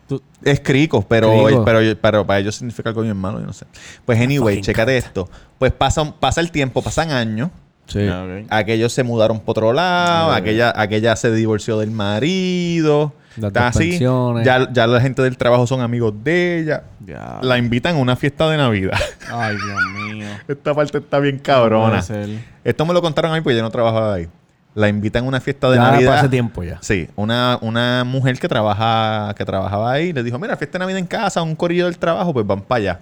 C: Tú-
A: Es crico, pero,
D: Crico.
A: pero, pero para ellos significa algo bien malo, yo no sé. Pues anyway, chécate esto. Pues pasa, un- pasa el tiempo, pasan años.
D: Sí.
C: Ah, ok.
A: Aquellos se mudaron por otro lado, aquella, aquella se divorció del marido.
D: Las
A: está
D: dos
A: así.
D: pensiones.
A: Ya, ya la gente del trabajo son amigos de ella.
C: Ya.
A: La invitan a una fiesta de Navidad.
C: Ay, Dios mío.
A: Esta parte está bien
C: Puede
A: cabrona.
C: ser.
A: Esto me lo contaron a mí porque yo no trabajaba ahí. La invitan a una fiesta de
D: Ya
A: Navidad.
D: hace tiempo ya.
A: Sí, una, una mujer que trabaja que trabajaba ahí le dijo, mira, fiesta de Navidad en casa, un corillo del trabajo, pues van para allá.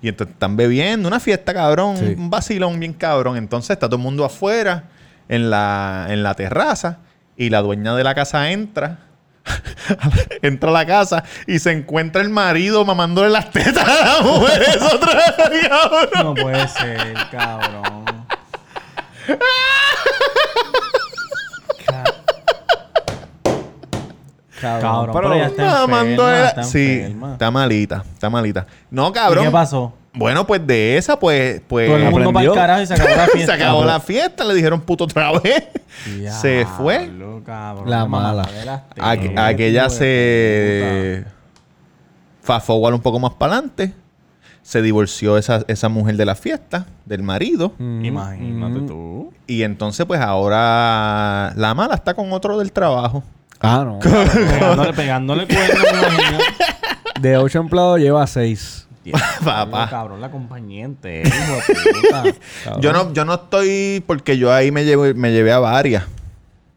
A: Y entonces están bebiendo, una fiesta cabrón,
D: Sí.
A: un vacilón bien cabrón. Entonces está todo el mundo afuera, en la, en la terraza, y la dueña de la casa entra. entra a la casa y se encuentra el marido mamándole las tetas a la mujer. Es otra vez, cabrón.
C: No puede ser, cabrón. Ca- Cabrón, pero, ya está
A: Ah,
C: enferma,
A: mandó era-
C: está
A: Sí,
C: enferma.
A: está malita, está malita. No,
C: ¿Y
A: cabrón.
C: ¿Qué pasó?
A: Bueno, pues de esa, pues, pues.
C: Todo el mundo para
D: aprendió.
C: el carajo y se acabó la
A: se
C: fiesta.
A: acabó la fiesta, le dijeron puto otra vez. se fue.
C: Diablo, cabrón,
D: La
C: mamá,
D: mala.
C: de las tetas.
A: Aqu- aquella se. Fast forward un poco más para adelante. Se divorció esa, esa mujer de la fiesta, del marido.
C: Mm.
D: Mm,
C: Imagínate tú.
A: Y entonces, pues ahora la mala está con otro del trabajo.
D: Ah, no.
C: Pegándole, pegándole cuernos, me imagino.
D: De ocho empleados lleva seis.
A: Papá.
C: Cabrón, la compañía entera, hijo de puta.
A: Yo no, yo no estoy porque yo ahí me llevé, me llevé a varias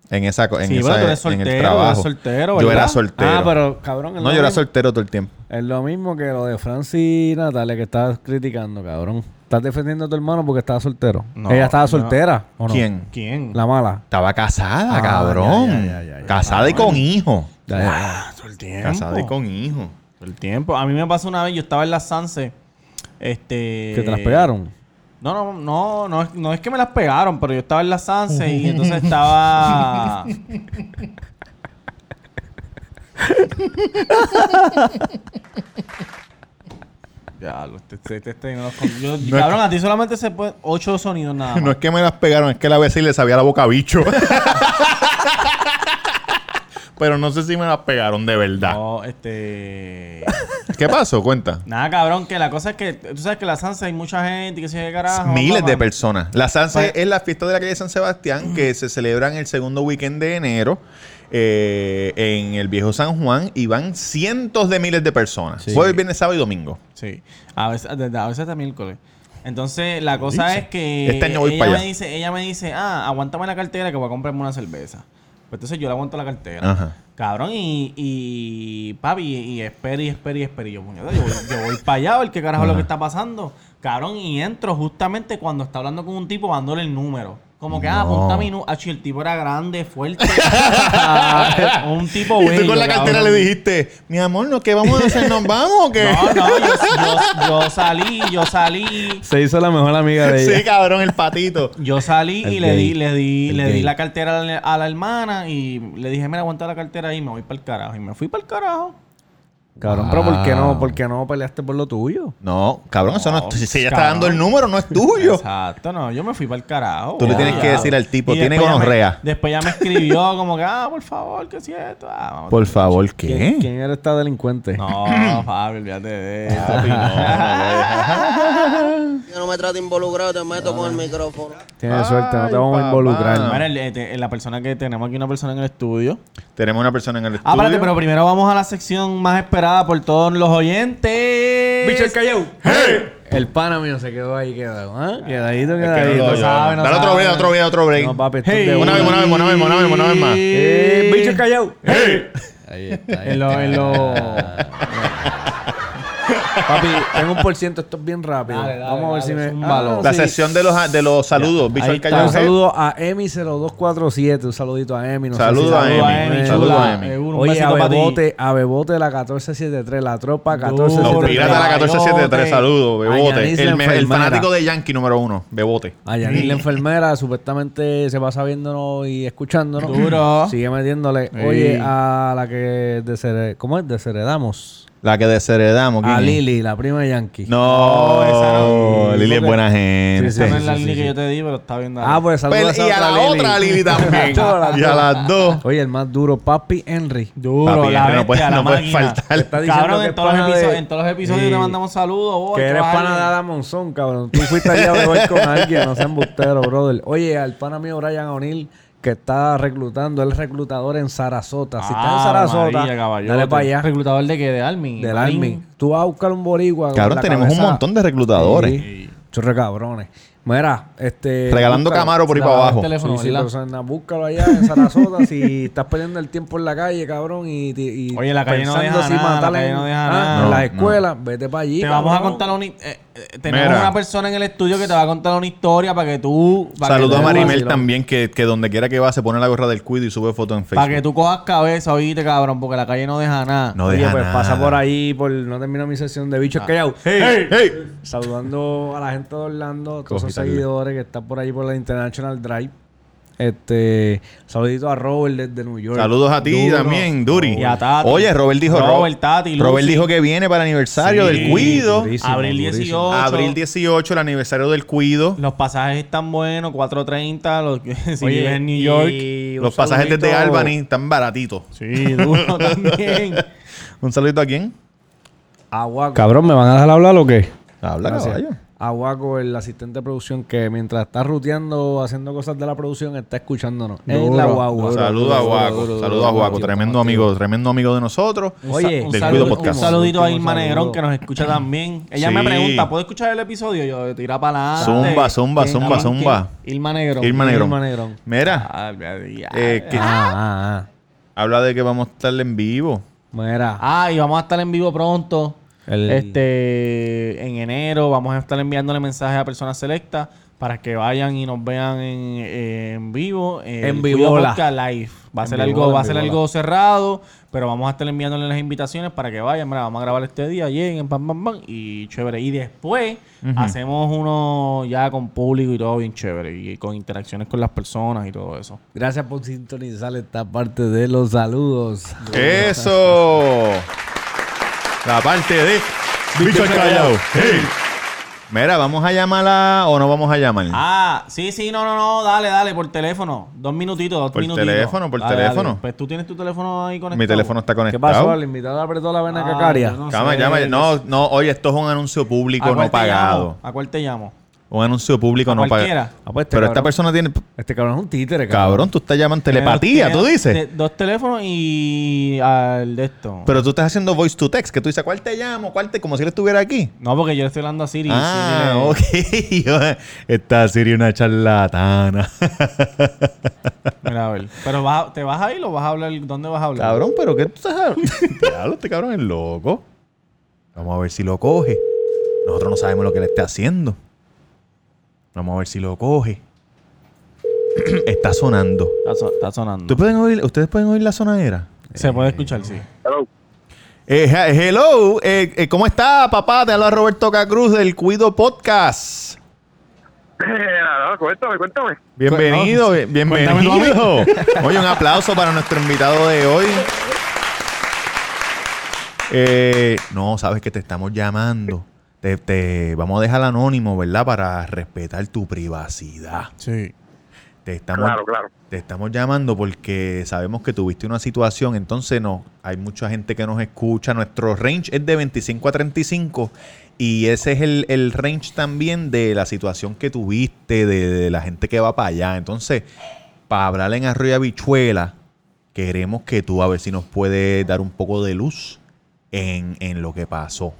A: en esa co- en
C: Sí,
A: esa- e,
C: pero tú eres
A: en el
C: soltero,
A: trabajo.
C: eres soltero,
A: yo
C: ¿verdad?
A: era soltero.
D: Ah, pero cabrón. es
A: no,
D: lo
A: yo era
D: mismo-
A: soltero todo el tiempo.
D: Es lo mismo que lo de Francis y Natalia que estabas criticando, cabrón. Estás defendiendo a tu hermano porque estaba soltero.
C: No,
D: Ella estaba
C: no.
D: soltera, ¿o no?
A: ¿Quién?
C: ¿Quién?
D: La mala.
A: Estaba casada,
D: Ah,
A: cabrón.
D: ya, ya, ya, ya.
A: casada y con hijo.
D: Ya, ya,
A: Ah,
D: ya.
C: Todo el Ah, tiempo.
A: Casada y con hijo.
C: Todo el tiempo. A mí me pasó una vez, yo estaba en la Sanse. Este.
D: Que te las
A: eh.
D: pegaron.
C: No, no, no, no, es- no es que me las pegaron, pero yo estaba en la Sanse y entonces estaba. ya, los te, te, te- te- no los con- yo- cabrón, a ti solamente se pueden ocho sonidos nada más.
A: No es que me las pegaron, es que la vez y le sabía la boca a bicho. pero no sé si me las pegaron de verdad.
C: No, este.
A: ¿Qué pasó? Cuenta.
C: Nada, cabrón, que la cosa es que tú sabes que en la Sanse hay mucha gente que se qué carajo.
A: Miles
C: papá.
A: de personas. La Sanse
C: Pues-
A: es la fiesta de la calle de San Sebastián que se celebra en el segundo weekend de enero eh, en el viejo San Juan y van cientos de miles de personas. Jueves, viernes, sábado y domingo.
C: Sí. A veces, a veces hasta miércoles. Entonces, la cosa es que
A: Este año voy
C: ella,
A: para
C: me
A: allá.
C: dice, ella me dice, ah, aguántame la cartera que voy a comprarme una cerveza. Pues entonces yo le aguanto la cartera.
A: Ajá.
C: Cabrón, y, y papi, y espera y espera y espera. Y yo, puñeta, yo, voy- yo voy para allá a ver qué carajo es lo que está pasando. Cabrón, y entro justamente cuando está hablando con un tipo dándole el número. Como que, ah,
A: No.
C: apunta mi número. el tipo era grande, fuerte. Ah, un tipo
A: Y
C: bello.
A: tú con la cartera
C: cabrón.
A: le dijiste, mi amor, ¿no? ¿qué vamos a hacer? ¿Nos vamos o qué?
C: No, no, yo, yo- yo salí, yo salí.
D: Se hizo la mejor amiga de ella.
A: sí, cabrón, el patito.
C: Yo salí
D: El
C: y le
D: gay.
C: di, le di,
D: El
C: le di
D: gay.
C: la cartera a la, a la hermana y le dije, mira, aguanta la cartera ahí, me voy para el carajo. Y me fui para el carajo.
D: Cabrón, pero ¿por qué
A: Wow.
D: no? ¿Por qué no peleaste por lo tuyo?
A: No, cabrón, eso no es tu- Si ella está
C: cabrón.
A: dando el número, no es tuyo.
C: Exacto, no, yo me fui para el carajo.
A: Tú le
C: Ya,
A: tienes que
C: ya.
A: decir al tipo,
C: Y
A: tiene
C: después ya me-
A: gonorrea.
C: Después ya me escribió como que, ah, por favor, que si esto. Ah, vamos.
A: Por favor,
D: ¿Quién,
A: ¿qué?
D: quién era esta delincuente?
C: No, Fabio, olvídate de eso.
H: Yo no me trato involucrado, te meto con el micrófono.
D: Tienes suerte, no
A: Ay,
D: te vamos
A: papá.
D: a involucrar.
C: Mira, el- este, la persona que tenemos aquí, una persona en el estudio.
A: Tenemos una persona en el estudio.
C: Ah, espérate, pero primero vamos a la sección más esperada por todos los oyentes.
B: Bicho, el callao.
D: El pana mío se quedó ahí quedado. ¿Ah? Quedadito,
A: Es que no
D: quedadito.
A: lo-
D: sabe, no
A: Dale otro
D: sabe.
A: break, otro break, otro break.
D: No, papi, esto es
C: Hey.
D: de
A: Una
D: una.
A: vez, una vez, una vez, una vez, una vez más.
D: Eh, bicho el callao. Ahí está.
C: En lo- en lo-
D: Papi, tengo un por ciento, esto es bien rápido.
B: Dale, dale,
D: Vamos a ver
B: dale,
D: si me. Ah,
B: es un valor.
A: La
D: sí.
A: sesión de los, de los saludos. Bicho
D: Ahí
A: al
D: está.
A: callao.
D: Un saludo a Emi0247. Un saludito a Emi. No sé
A: Saludo
D: si
A: a
D: saludo
A: Emi,
D: Emi.
A: saludo a
C: chula,
A: Emi.
C: seguro, un
D: Oye,
C: besito para ti.
D: Abebote, Abebote de la 1473, la tropa
A: Los piratas de la
D: 1473.
A: 1473, saludos, Bebote.
D: Ayanis
A: El,
D: la
A: me- el
D: enfermera.
A: fanático de Yankee número uno, Bebote.
D: A Yanis, la enfermera, supuestamente se pasa viéndonos y escuchándonos.
C: Duro.
D: Sigue metiéndole. Oye, a la que desheredamos. ¿Cómo es? Desheredamos.
A: La que desheredamos.
D: A
A: ¿quién es?
D: Lili, la prima de Yankee.
A: No, Lili es buena gente.
D: Sí,
C: Esa no es la
D: sí,
C: línea
D: sí,
C: que
D: sí.
C: yo te di, pero está bien. dada.
D: Ah, pues saludos
A: Pero- y a la otra Lili también.
D: Chola,
A: y a las dos.
D: Oye, el más duro, Papi Henry.
C: Duro,
A: Papi,
C: la
A: no
C: bestia,
A: puede-
C: la
A: no puede
C: máquina.
A: faltar. Está
D: diciendo
C: Cabrón,
D: que
C: en
D: es
C: todos, los
D: pana de-
C: episodios, en todos los episodios
D: Sí.
C: te mandamos saludos. oh, boy,
D: Que
C: tú
D: eres
C: vas a
D: pana de
C: alguien.
D: Adam Monzón, cabrón. Tú fuiste allá a beber con alguien, no sean embustero, brother. Oye, al pana mío Brian O'Neill, que está reclutando, él es reclutador en Sarasota. Si está en
C: Ah,
D: Sarasota,
C: María, caballote.
D: dale para allá,
C: ¿Reclutador de qué? ¿De Army?
D: del Army. Tú vas a buscar un boricua. con
A: Cabrón,
D: la
A: tenemos
D: cabeza-
A: un montón de reclutadores.
D: Sí, chorre cabrones. Mira, este.
A: Regalando Camaro por ahí para
D: Dale,
A: abajo.
D: el teléfono,
C: Sí, sí,
D: ¿verdad?
C: pero
D: Rosana, búscalo allá en Sarasota. si estás perdiendo el tiempo en la calle, cabrón, y, y- y
C: Oye, la calle no
D: pensando
C: deja nada, la
D: matarle
C: calle
D: en-
C: no deja
D: ah,
C: nada.
D: en las
A: No,
D: escuelas, vete para allí.
C: Te vamos a
D: cabrón.
C: contar una... eh, eh, tenemos
A: Mira.
C: una persona en el estudio que te va a contar una historia para que tú... para que
A: Saludo a
C: tú-
A: Marimel
D: vacilón.
A: también, que, que donde quiera que va se pone la gorra del cuido y sube fotos en Facebook.
C: Para que tú cojas cabeza, oíste, cabrón, porque la calle no deja nada.
A: No
D: Oye,
A: deja
D: pues
A: nada.
D: pasa por ahí, por no termino mi sesión de
C: Ah.
D: bichos callao.
A: ¡Hey! ¡Hey!
D: Saludando a la gente de Orlando, a todos
A: Cogí
D: esos
A: tarde.
D: seguidores que están por ahí por la International Drive. Este, saludito a Robert desde New York.
A: Saludos a ti
D: Duro.
A: también, Duri.
C: Y a Tati.
A: Oye, Robert dijo
C: Robert, Tati, Lucy.
A: Robert dijo que viene para el aniversario
C: Sí.
A: del Cuido.
D: Durísimo,
C: Abril
D: durísimo.
C: 18.
A: Abril 18, el aniversario del Cuido.
C: Los pasajes están buenos, 4.30, los que- si
D: Oye,
C: vives en New
D: y
C: York.
D: un
A: Los pasajes
D: saludito-
A: desde Albany están baratitos.
C: Sí, duro también.
A: ¿Un saludito a quién?
D: A Waco. Cabrón, ¿me van a dejar hablar o qué?
A: Habla,
D: Gracias.
A: caballo.
D: A Waco, el asistente de producción, que mientras está ruteando, haciendo cosas de la producción, está escuchándonos. En la
B: Duro.
D: guagua.
A: Saludos a Guaco. Saludos a Guaco. Tremendo amigo, tremendo amigo de nosotros.
D: Oye,
C: un,
A: del
C: saludo-
A: Cuido Podcast.
C: un saludito a
D: Último
C: Irma
D: saludo.
C: Negrón que nos escucha también. Ella me
A: Sí.
C: pregunta, ¿puedo escuchar el episodio? Yo tira para adelante.
A: Zumba, zumba, zumba, zumba.
C: Irma Negrón.
A: Irma Negrón.
D: Irma Negrón.
A: Mira,
C: Ah, ya, ya.
A: eh, que-
D: Ah, ah, ah.
A: habla de que vamos a estar en vivo.
D: Mira.
C: Ah, y vamos a estar en vivo pronto.
D: El-
C: Este, en enero vamos a estar enviándole mensajes a personas selectas para que vayan y nos vean en, eh, en vivo. eh,
D: En
C: el Cuido
D: vivola.
C: Podcast Live. Va a
D: En
C: ser
D: vivola,
C: algo, va a
D: en
C: ser
D: vivola.
C: algo cerrado, pero vamos a estar enviándole las invitaciones para que vayan. Mira, vamos a grabar este día, lleguen, pam, pam, pam, y chévere. Y después hacemos uno ya con público y todo bien chévere y con interacciones con las personas y todo eso.
D: Gracias por sintonizar esta parte de los saludos.
A: Eso. La parte de bicho callado. Mira, vamos a llamarla o no vamos a llamar.
C: Ah, sí, sí, no, no, no, dale, dale, por teléfono. Dos minutitos, dos
A: Por
C: minutitos.
A: teléfono, por teléfono.
C: Pues tú tienes tu teléfono ahí conectado.
A: Mi teléfono está
D: ¿Qué pasó?
A: conectado.
D: El invitado apretó la vena
C: Ah,
D: cacaria.
C: yo no
A: Llama,
C: sé.
A: llama. No, no, oye, esto es un anuncio
C: ¿A
A: público
C: cuál
A: no
C: te
A: pagado.
C: llamo? ¿A cuál te llamo?
A: un anuncio público
C: A
A: no
C: cualquiera.
A: paga.
D: Ah, pues, este
A: Pero
D: cabrón-
A: esta persona tiene.
D: Este cabrón es un títere,
A: Cabrón, tú estás llamando telepatía,
C: Tiene
A: tú
C: dos-
A: dices.
C: de- dos teléfonos y al de esto.
A: Pero tú estás haciendo voice to text, que tú dices, ¿cuál te llamo? ¿Cuál te? Como si él estuviera aquí.
C: no, porque yo le estoy hablando a Siri.
A: Ah,
C: Siri le-
A: ok. Esta Siri una charlatana.
C: Mira, a ver. Pero vas a- ¿te vas a ir o vas a hablar? ¿Dónde vas a hablar?
A: Cabrón, pero ¿qué tú estás hablando? Diablo, este cabrón es loco. Vamos a ver si lo coge. Nosotros no sabemos lo que le está haciendo. Vamos a ver si lo coge. está sonando.
C: Está, so- está sonando.
A: ¿Ustedes pueden oír, ¿ustedes pueden oír la sonadera?
C: Se puede escuchar, sí.
A: Eh, he- hello, eh, eh, ¿cómo está, papá? Te habla Roberto Cacruz del Cuido Podcast.
J: cuéntame, cuéntame.
A: Bienvenido, bien-
C: cuéntame tu
A: bienvenido. Oye, un aplauso para nuestro invitado de hoy. Eh, no, sabes que te estamos llamando. Te, te vamos a dejar anónimo, ¿verdad? Para respetar tu privacidad.
C: Sí.
A: Te estamos,
J: Claro, claro.
A: te estamos llamando porque sabemos que tuviste una situación, entonces no, hay mucha gente que nos escucha, nuestro range es de 25 a 35 y ese es el, el range también de la situación que tuviste, de, de la gente que va para allá. Entonces, para hablar en Arroyo Habichuela, queremos que tú a ver si nos puedes dar un poco de luz en, en lo que pasó.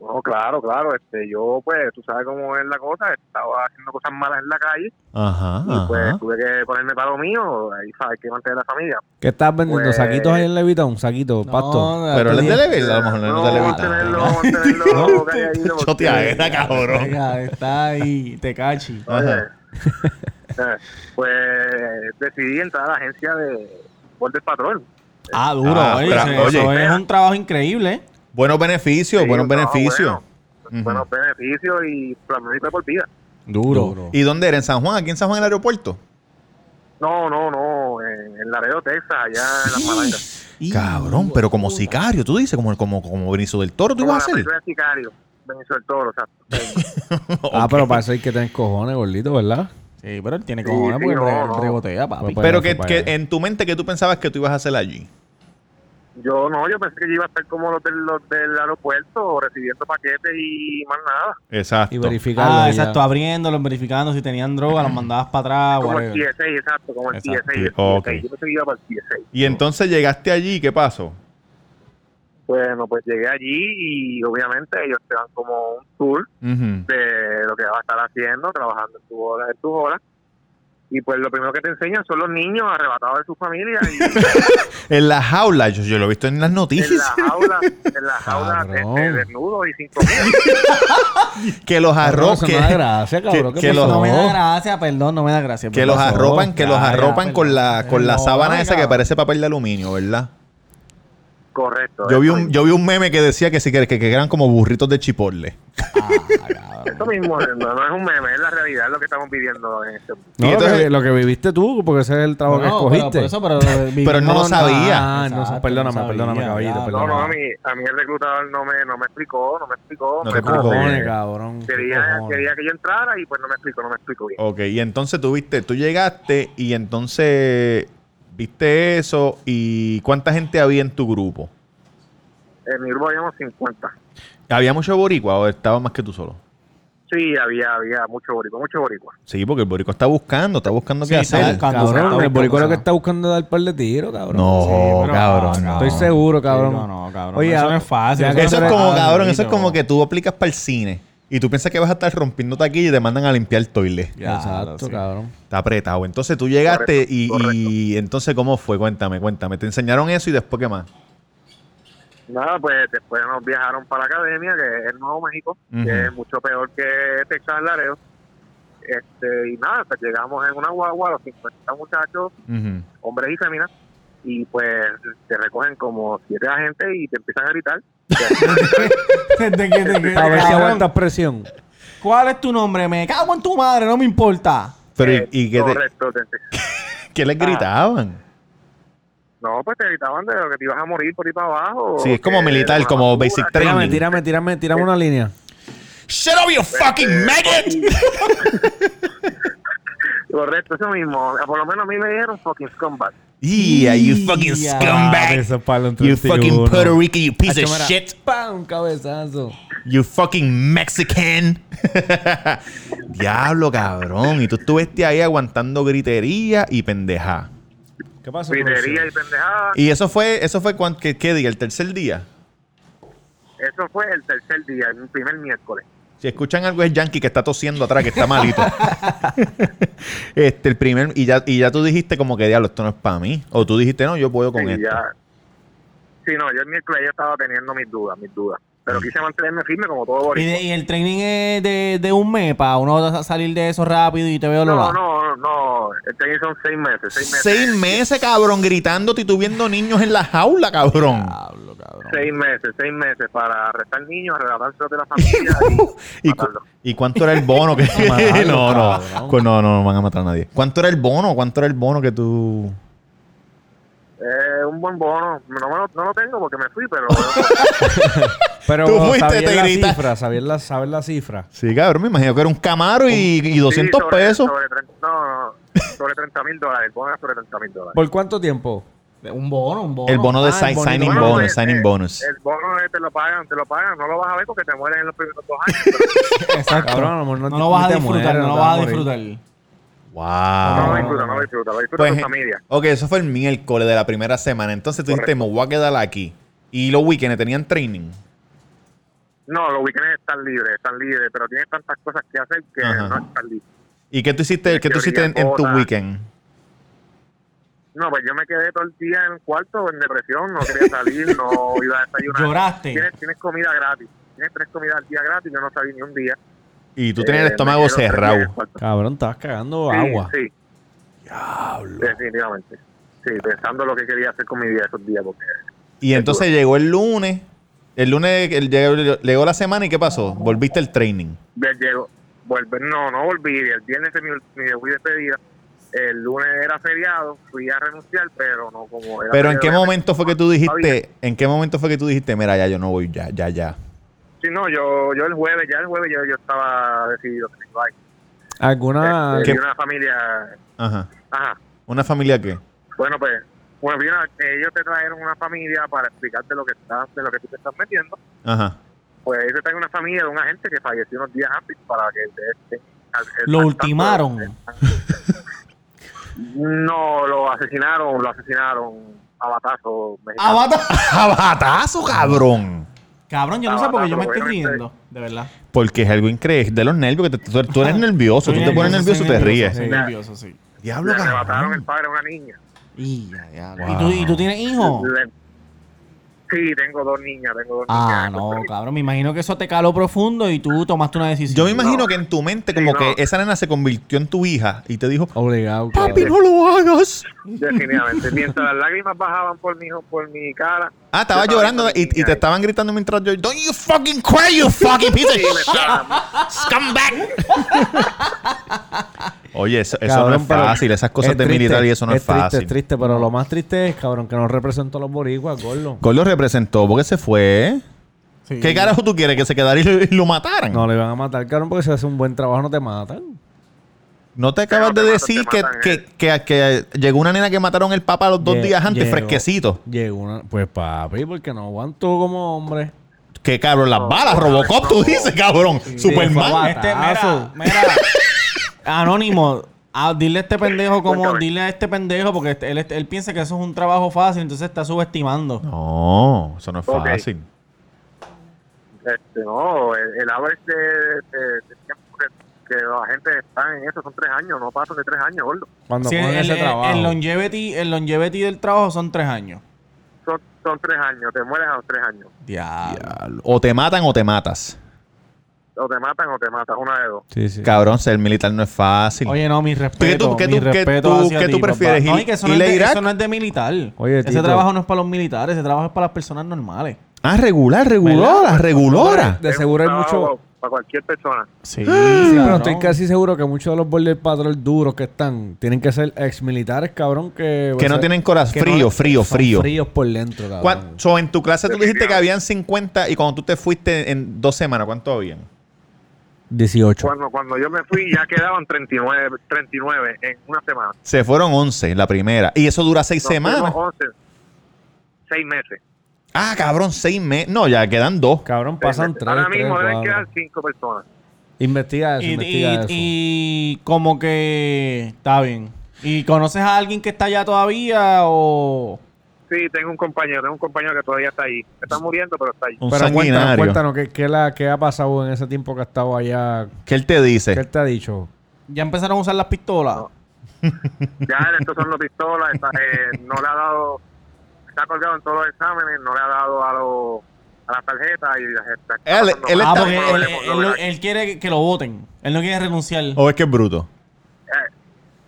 J: No, claro, claro. Este, yo, pues, tú sabes cómo es la cosa. Estaba haciendo cosas malas en la calle
A: Ajá,
J: y, pues,
A: ajá.
J: tuve que ponerme para lo mío. Ahí, ¿sabes? Hay que mantener la familia.
D: ¿Qué estás vendiendo?
J: Pues-
D: ¿Saquitos ahí en Levitón? ¿Saquitos?
B: No,
D: ¿Pasto?
A: Pero él es de Levil, a lo mejor
J: No,
A: no es de Levil.
J: mantenerlo, mantenerlo calladito. porque-
A: Choteadera, cabrón.
C: Venga, está ahí, te cachi.
J: Oye,
A: Ajá.
J: eh, pues, decidí entrar a la agencia de Border Patrol.
C: Ah, duro,
A: Ah,
C: oye,
A: pero,
C: ese-
A: oye.
C: eso es un trabajo increíble. ¿eh?
A: Buenos beneficios,
J: Sí,
A: buenos
J: un trabajo
A: beneficios.
J: bueno,
A: Ujú.
J: Buenos beneficios y planifica por vida.
D: Duro.
A: ¿Y dónde era? ¿En San Juan? ¿Aquí en San Juan el aeropuerto?
J: No, no, no. En, en Laredo, Texas, allá en las Malancas.
C: Y-
A: Cabrón, pero como sicario, tú dices, como, como, como Benicio del Toro, tú
J: Como
A: ibas a
J: la
A: hacer.
J: película de Sicario. Benicio del Toro, exacto.
D: Ah, pero para eso hay que tener cojones, gordito, ¿verdad?
C: Sí, pero él tiene
J: Sí,
C: cojones
J: sí,
C: porque
J: no,
C: re-
J: no.
C: rebotea, papi.
D: Pues,
A: Pero
D: bueno,
A: que,
D: fue
A: que
D: para allá.
A: en tu mente, ¿qué tú pensabas que tú ibas a hacer allí?
J: Yo no, yo pensé que yo iba a estar como los del, los del aeropuerto, recibiendo paquetes y más nada.
A: Exacto.
D: Y verificarlo.
C: Ah,
D: ya.
C: exacto, abriéndolos, verificando si tenían droga, los mandabas
A: Ah,
C: para atrás,
J: como el
C: whatever.
J: 16, exacto, como el
C: Exacto,
J: 16.
A: ok.
J: Yo pensé que iba para el 16.
A: Y entonces llegaste allí, ¿qué pasó?
J: Bueno, pues llegué allí y obviamente ellos te dan como un tour
A: Ujú.
J: de lo que vas a estar haciendo, trabajando en tus horas, en tus horas. Y pues lo primero que te enseñan son los niños arrebatados de su familia y
A: En la jaula, yo, yo lo he visto en las noticias,
J: en la jaula, en la jaula
D: Cabrón.
J: este, desnudos y sin comida.
A: que los
D: Cabrón,
A: arropan,
D: eso no da
A: que,
D: gracia, cabrón.
A: que-
D: ¿Qué
A: que
D: pasó?
A: los-
C: Ah, No me da gracia, perdón, no me da gracia.
A: que
C: perdón.
A: los arropan, que los
C: Ya, ya,
A: arropan con
C: perdón.
A: la, con la
C: No,
A: sábana
C: venga.
A: esa que parece papel de aluminio, ¿verdad?
J: Correcto.
A: Yo vi
J: eso
A: un, yo vi un meme que decía que sí, que, que, que eran como burritos de chipotle.
J: Eso mismo, no, no es un meme, es la realidad, es lo que estamos viviendo en este momento.
D: No,
A: Y
D: lo,
A: entonces-
D: que, lo que viviste tú, porque ese es el trabajo que
C: No, pero
D: escogiste.
C: por eso, pero, vivimos-
A: Pero él no lo sabía.
D: Ah, no,
C: Exacto,
D: perdóname,
C: no
D: perdóname,
C: sabía,
D: caballito,
C: ya.
J: No,
D: perdóname.
J: no, a mí, a mí el reclutador no me, no me explicó, no me explicó.
A: No
J: me-
A: te explicó.
J: eh,
D: Cojones, cabrón. qué
J: quería,
D: cojones.
J: quería que yo entrara y pues no me explicó, no me explicó bien.
A: Ok, y entonces tú viste, tú llegaste y entonces viste eso y ¿cuánta gente había en tu grupo?
J: En mi grupo habíamos 50.
A: ¿Había mucho boricua o estaba más que tú solo?
J: Sí, había, había mucho boricua, mucho boricua.
A: Sí, porque el boricua está buscando, está buscando qué
C: Sí, está
A: hacer.
C: buscando, está
D: Cabrón, el
C: buscando,
D: boricua lo
C: está
D: que está buscando es dar par de tiros, cabrón.
A: No,
C: pero-
A: cabrón,
C: no.
D: Estoy seguro, cabrón.
C: Sí, no, no, cabrón,
D: Oye,
C: eso no es fácil,
D: ya
C: eso
D: que
A: Eso
D: no
A: es
D: eres-
A: como,
D: ah,
A: cabrón, eso es
C: bonito.
A: como que tú aplicas para el cine y tú piensas que vas a estar rompiendo taquilla y te mandan a limpiar el toile.
C: Ya,
D: Exacto,
C: sí.
D: cabrón.
A: Está apretado. Entonces tú llegaste
J: Correcto,
A: y,
J: correcto.
A: y entonces ¿cómo fue? Cuéntame, cuéntame. ¿Te enseñaron eso y después qué más?
J: Nada, pues después nos viajaron para la academia, que es el Nuevo México,
A: Ujú.
J: que es mucho peor que Texas Laredo. Este, y nada, pues llegamos en una guagua, los 50 muchachos,
A: Ujú.
J: hombres y féminas, y pues te recogen como siete agentes y te empiezan a gritar.
C: Desde que- desde que-
D: A ver si
C: cabrón,
D: aguantas presión.
C: ¿Cuál es tu nombre? Me cago en tu madre, no me importa.
A: Pero ¿y-
J: Eh,
A: ¿y, qué, te-
J: correcto, te-
A: qué les gritaban?
J: No, pues te gritaban de lo que te ibas a morir por ir para abajo.
A: Sí, es como
J: que
A: militar,
J: era
A: como
J: una basura,
A: basic
J: que-
A: training.
D: Tírame, tírame, tírame, tírame una línea.
A: Shut up, you fucking maggot!
J: Correcto, eso mismo. Ah, Por lo menos a mí me dijeron fucking scumbag.
A: Yeah, you fucking
C: Yeah.
A: scumbag.
D: Ah, eso es para
A: You fucking Puerto Rican, you piece of shit.
D: ¡Pam! Un cabezazo.
A: You fucking Mexican. Diablo, cabrón. Y tú estuviste ahí aguantando gritería y pendejada.
B: ¿Qué pasó?
J: Pitería y pendejada.
A: Y eso fue, eso fue cuan- ¿qué, qué día, el tercer día.
J: Eso fue el tercer día, el primer miércoles.
A: Si escuchan algo es Yankee que está tosiendo atrás, que está malito. este, el primer, y ya, y ya tú dijiste como que diablo, esto no es para mí. O tú dijiste, no, yo puedo con
J: Sí,
A: esto.
J: ya- Sí, no, yo el miércoles ya estaba teniendo mis dudas, mis dudas.
A: Mm.
J: Pero quise mantenerme firme como todo
C: ¿Y,
J: boricua.
C: de- y el training es de, de un mes para uno sa- salir de eso rápido y te veo lo
J: No,
C: va.
J: no, no, este año son seis meses, seis meses.
A: Seis meses, cabrón, gritándote y tú viendo niños en la jaula, cabrón.
C: Diablo, cabrón.
J: Seis meses, seis meses para arrestar niños, arrebatarse de la familia. y
A: ¿Y, cu-
J: matarlo.
A: y cuánto era el bono? Que,
B: Matarlo,
A: no, no,
B: cabrón.
A: Cu- no, no, no van a matar a nadie. ¿Cuánto era el bono? ¿Cuánto era el bono que tú...?
J: Eh, un buen bono. No, me lo- no lo tengo porque me fui, pero
B: Pero
A: Tú
B: bueno,
A: fuiste,
B: sabías
A: te
B: la
A: gritas.
B: cifra, sabías la, sabes la cifra.
A: Sí, cabrón, me imagino que era un Camaro y, y 200
J: Sí, sobre-
A: pesos.
J: Sobre 30, no, no, sobre 30 mil dólares. El bono era sobre 30 mil dólares.
B: ¿Por cuánto tiempo?
C: Un bono, un bono.
A: El bono de
B: Ah, el
A: si-
B: bono.
A: signing
B: Bueno,
A: bonus,
J: eh,
A: signing
J: eh,
A: bonus.
J: El bono eh, te lo pagan, te lo pagan. No lo vas a ver porque te mueres en los primeros dos años. pero
B: Exacto.
C: No, lo vas a disfrutar, no lo vas a disfrutar.
J: no lo
A: wow.
J: disfrutas, no lo disfrutas. Lo disfrutas
A: Ah. Pues,
J: tu familia.
A: ok, eso fue el miércoles de la primera semana. Entonces tú dijiste, me voy a quedar aquí. Y los weekends tenían training.
J: No, los weekends están libres, están libres. Pero tienes tantas cosas que hacer que
A: Ajá.
J: no están libres.
A: ¿Y qué tú hiciste,
J: Sí,
A: qué tú hiciste en,
J: teoría,
A: en tu
J: cosas.
A: weekend?
J: No, pues yo me quedé todo el día en el cuarto en depresión, no quería salir, no iba a desayunar.
C: Lloraste.
J: Tienes, tienes comida gratis, tienes tres comidas al día gratis, yo no salí ni un día.
A: Y tú tenías
J: Eh,
A: el estómago
J: me quedé todo el día en el
A: cerrado.
J: cuarto.
B: Cabrón, estabas cagando
J: Sí,
B: agua.
J: Sí. Diablo. Definitivamente. Sí, pensando lo que quería hacer con mi vida esos días, porque
A: Y entonces llegó el lunes. El lunes el- llegó, llegó la semana y ¿qué pasó? Volviste al training.
J: me llego, volver, no, no volví, el viernes se me, me fui despedida, el lunes era feriado, fui a renunciar, pero no como
A: Pero ¿en
J: era feriado,
A: qué
J: obviamente,
A: momento fue que tú
J: no
A: dijiste,
J: había-
A: en qué momento fue que tú dijiste, mira, ya yo no voy, ya, ya, ya?
J: Sí, no, yo, yo el jueves, ya el jueves yo, yo estaba decidido que me iba a ir.
B: ¿Alguna...?
J: Este,
A: Ah, ¿qué-
J: vi una familia,
A: Ajá.
J: ajá,
A: ¿Una familia qué?
J: Bueno, pues, bueno, vi una- ellos te trajeron una familia para explicarte lo que estás, de lo que tú te estás metiendo.
A: Ajá.
J: Pues ellos te traen una familia de un agente que falleció unos días antes para que te- te- al- al-
C: Lo
J: al-
C: ultimaron.
J: No, lo asesinaron, lo asesinaron a batazo.
C: Ah,
J: mexicano.
C: Avatar.
A: ¡Abatazo, cabrón!
C: Cabrón, yo no sé por qué yo me estoy
J: Avatar,
C: riendo. De verdad.
A: Porque es algo increíble, de los nervios, que te- tú, tú eres nervioso, tú te
C: Estoy
A: pones nervioso y
C: soy
A: te ríes.
C: soy nervioso, sí.
A: Diablo,
J: Le arrebataron
A: cabrón.
J: el padre a una niña.
C: Y, ya, ya,
A: Wow.
C: ¿Y, tú, ¿Y tú tienes hijos?
J: Le- sí, tengo dos niñas, tengo dos
C: Ah,
J: niñas.
C: no, cabrón. Me imagino que eso te caló profundo y tú tomaste una decisión.
A: Yo me imagino que en tu mente como
J: Sí,
A: que
J: no.
A: esa nena se convirtió en tu hija y te dijo,
B: Obligado.
A: papi,
B: cabrón.
A: no lo hagas.
J: Definitivamente. Mientras las lágrimas bajaban por mi, por mi cara.
A: Ah, estaba
J: yo
A: llorando
J: viendo
A: y,
J: a mi
A: y te
J: niña
A: estaban gritando mientras yo, don't you fucking cry, you fucking piece of
J: ahí. Sí, me estaban-
A: Scumbag. Oye, eso, eso no
B: Cabrón,
A: es
B: pero
A: fácil. Esas cosas
B: es
A: de
B: triste,
A: militar y eso no es,
B: triste,
A: fácil.
B: Es triste, pero lo más triste es, cabrón, que no representó a los boricuas, gordo.
A: Gol lo representó porque se fue.
C: Sí.
A: ¿Qué carajo tú quieres? ¿Que se quedara y lo, y lo mataran?
B: No
A: No,
B: le van a matar, cabrón, porque si hace un buen trabajo no te matan.
A: te acabas
J: Pero
A: de
J: te
A: decir
J: matan, eh.
A: que,
J: te
A: que, que- que llegó una nena que mataron el papá los dos
B: Lle-
A: días antes,
B: llegó-
A: fresquecito.
B: Llegó una... Pues papi, porque no aguantó como hombre.
A: Que cabrón, las balas, Robocop, tú dices, cabrón. Superman.
B: fue
C: Este,
B: Batazo.
C: mira, mira. Anónimo, ah, dile a este pendejo como,
J: Cuéntame.
C: dile a este pendejo, porque este- él, él piensa que eso es un trabajo fácil, entonces está subestimando.
A: No, eso no es
J: Ok.
A: fácil.
J: Este, no, el, el average de, de- de tiempo que, que la gente está en eso son tres años, no pasan de tres años, gordo.
B: Cuando
C: Sí,
B: cogen
C: el,
B: ese
C: el-
B: trabajo.
C: el longevity, el longevity del trabajo son tres años.
J: Son, son tres años, te mueres a los tres años.
C: Diablo.
A: O te matan o te matas.
J: O te matan o te matas, una de dos.
B: Sí, sí.
A: Cabrón, ser militar no es fácil.
C: Oye, no, mi respeto.
A: qué
C: mi
A: tú- qué
C: respeto
A: tú-
C: hacia
A: qué
C: ti,
A: tú
C: papá.
A: prefieres,
C: No,
A: ir-
C: y que eso,
A: ir
C: no
A: a
C: es de,
A: Irak?
C: eso no es de militar.
B: Oye,
C: ese
B: Tito.
C: trabajo no es para los militares, ese trabajo es para las personas normales.
A: Ah, regular, regulora,
B: ¿Verdad?
A: regulora.
B: De
J: Es un
B: seguro hay
J: trabajo
B: mucho...
J: Para cualquier persona.
C: Sí,
B: Sí, pero estoy casi seguro que muchos de los border patrol duros que están tienen que ser exmilitares, cabrón, que...
A: Que no tienen corazón. Frío, frío,
B: son
A: frío.
B: fríos por dentro, cabrón.
A: ¿Cuán- so, en tu clase tú dijiste
J: Definitivamente.
A: que habían 50 y cuando tú te fuiste en dos semanas, ¿cuánto habían?
B: 18.
J: Cuando cuando yo me fui ya quedaban 39, 39 en una semana.
A: Se fueron 11 la primera. Y eso dura seis
J: Nos
A: semanas.
J: fuimos 11, seis meses.
A: Ah, cabrón, seis meses. No, ya quedan dos.
B: Cabrón, pasan tres.
J: Ahora mismo
B: tres,
J: deben
B: cuatro.
J: quedar cinco personas.
B: Investiga eso,
C: Y,
B: investiga
C: y-
B: eso.
C: y como que está bien. ¿Y conoces a alguien que está allá todavía o...?
J: Sí, tengo un compañero, tengo un compañero que todavía está ahí. Está muriendo, pero está ahí.
B: Pero
A: Un
B: cuéntanos,
A: sanguinario.
B: cuéntanos ¿qué, qué la, qué ha pasado en ese tiempo que ha estado allá.
A: ¿Qué él te
B: ¿Qué
A: dice?
B: él te ha dicho?
C: ¿Ya empezaron a usar las pistolas?
J: No. Ya él, estos son los pistolas, está, eh, no le ha dado, está colgado en todos los exámenes, no le ha dado a, lo, a la tarjeta y la gente.
A: Él- él
C: Ah,
A: está-
C: porque
J: No,
C: él,
J: no,
C: él-
J: no, no,
C: él- él quiere que lo voten. Él no quiere renunciar.
B: Oh,
A: ¿O Oh, es que es bruto?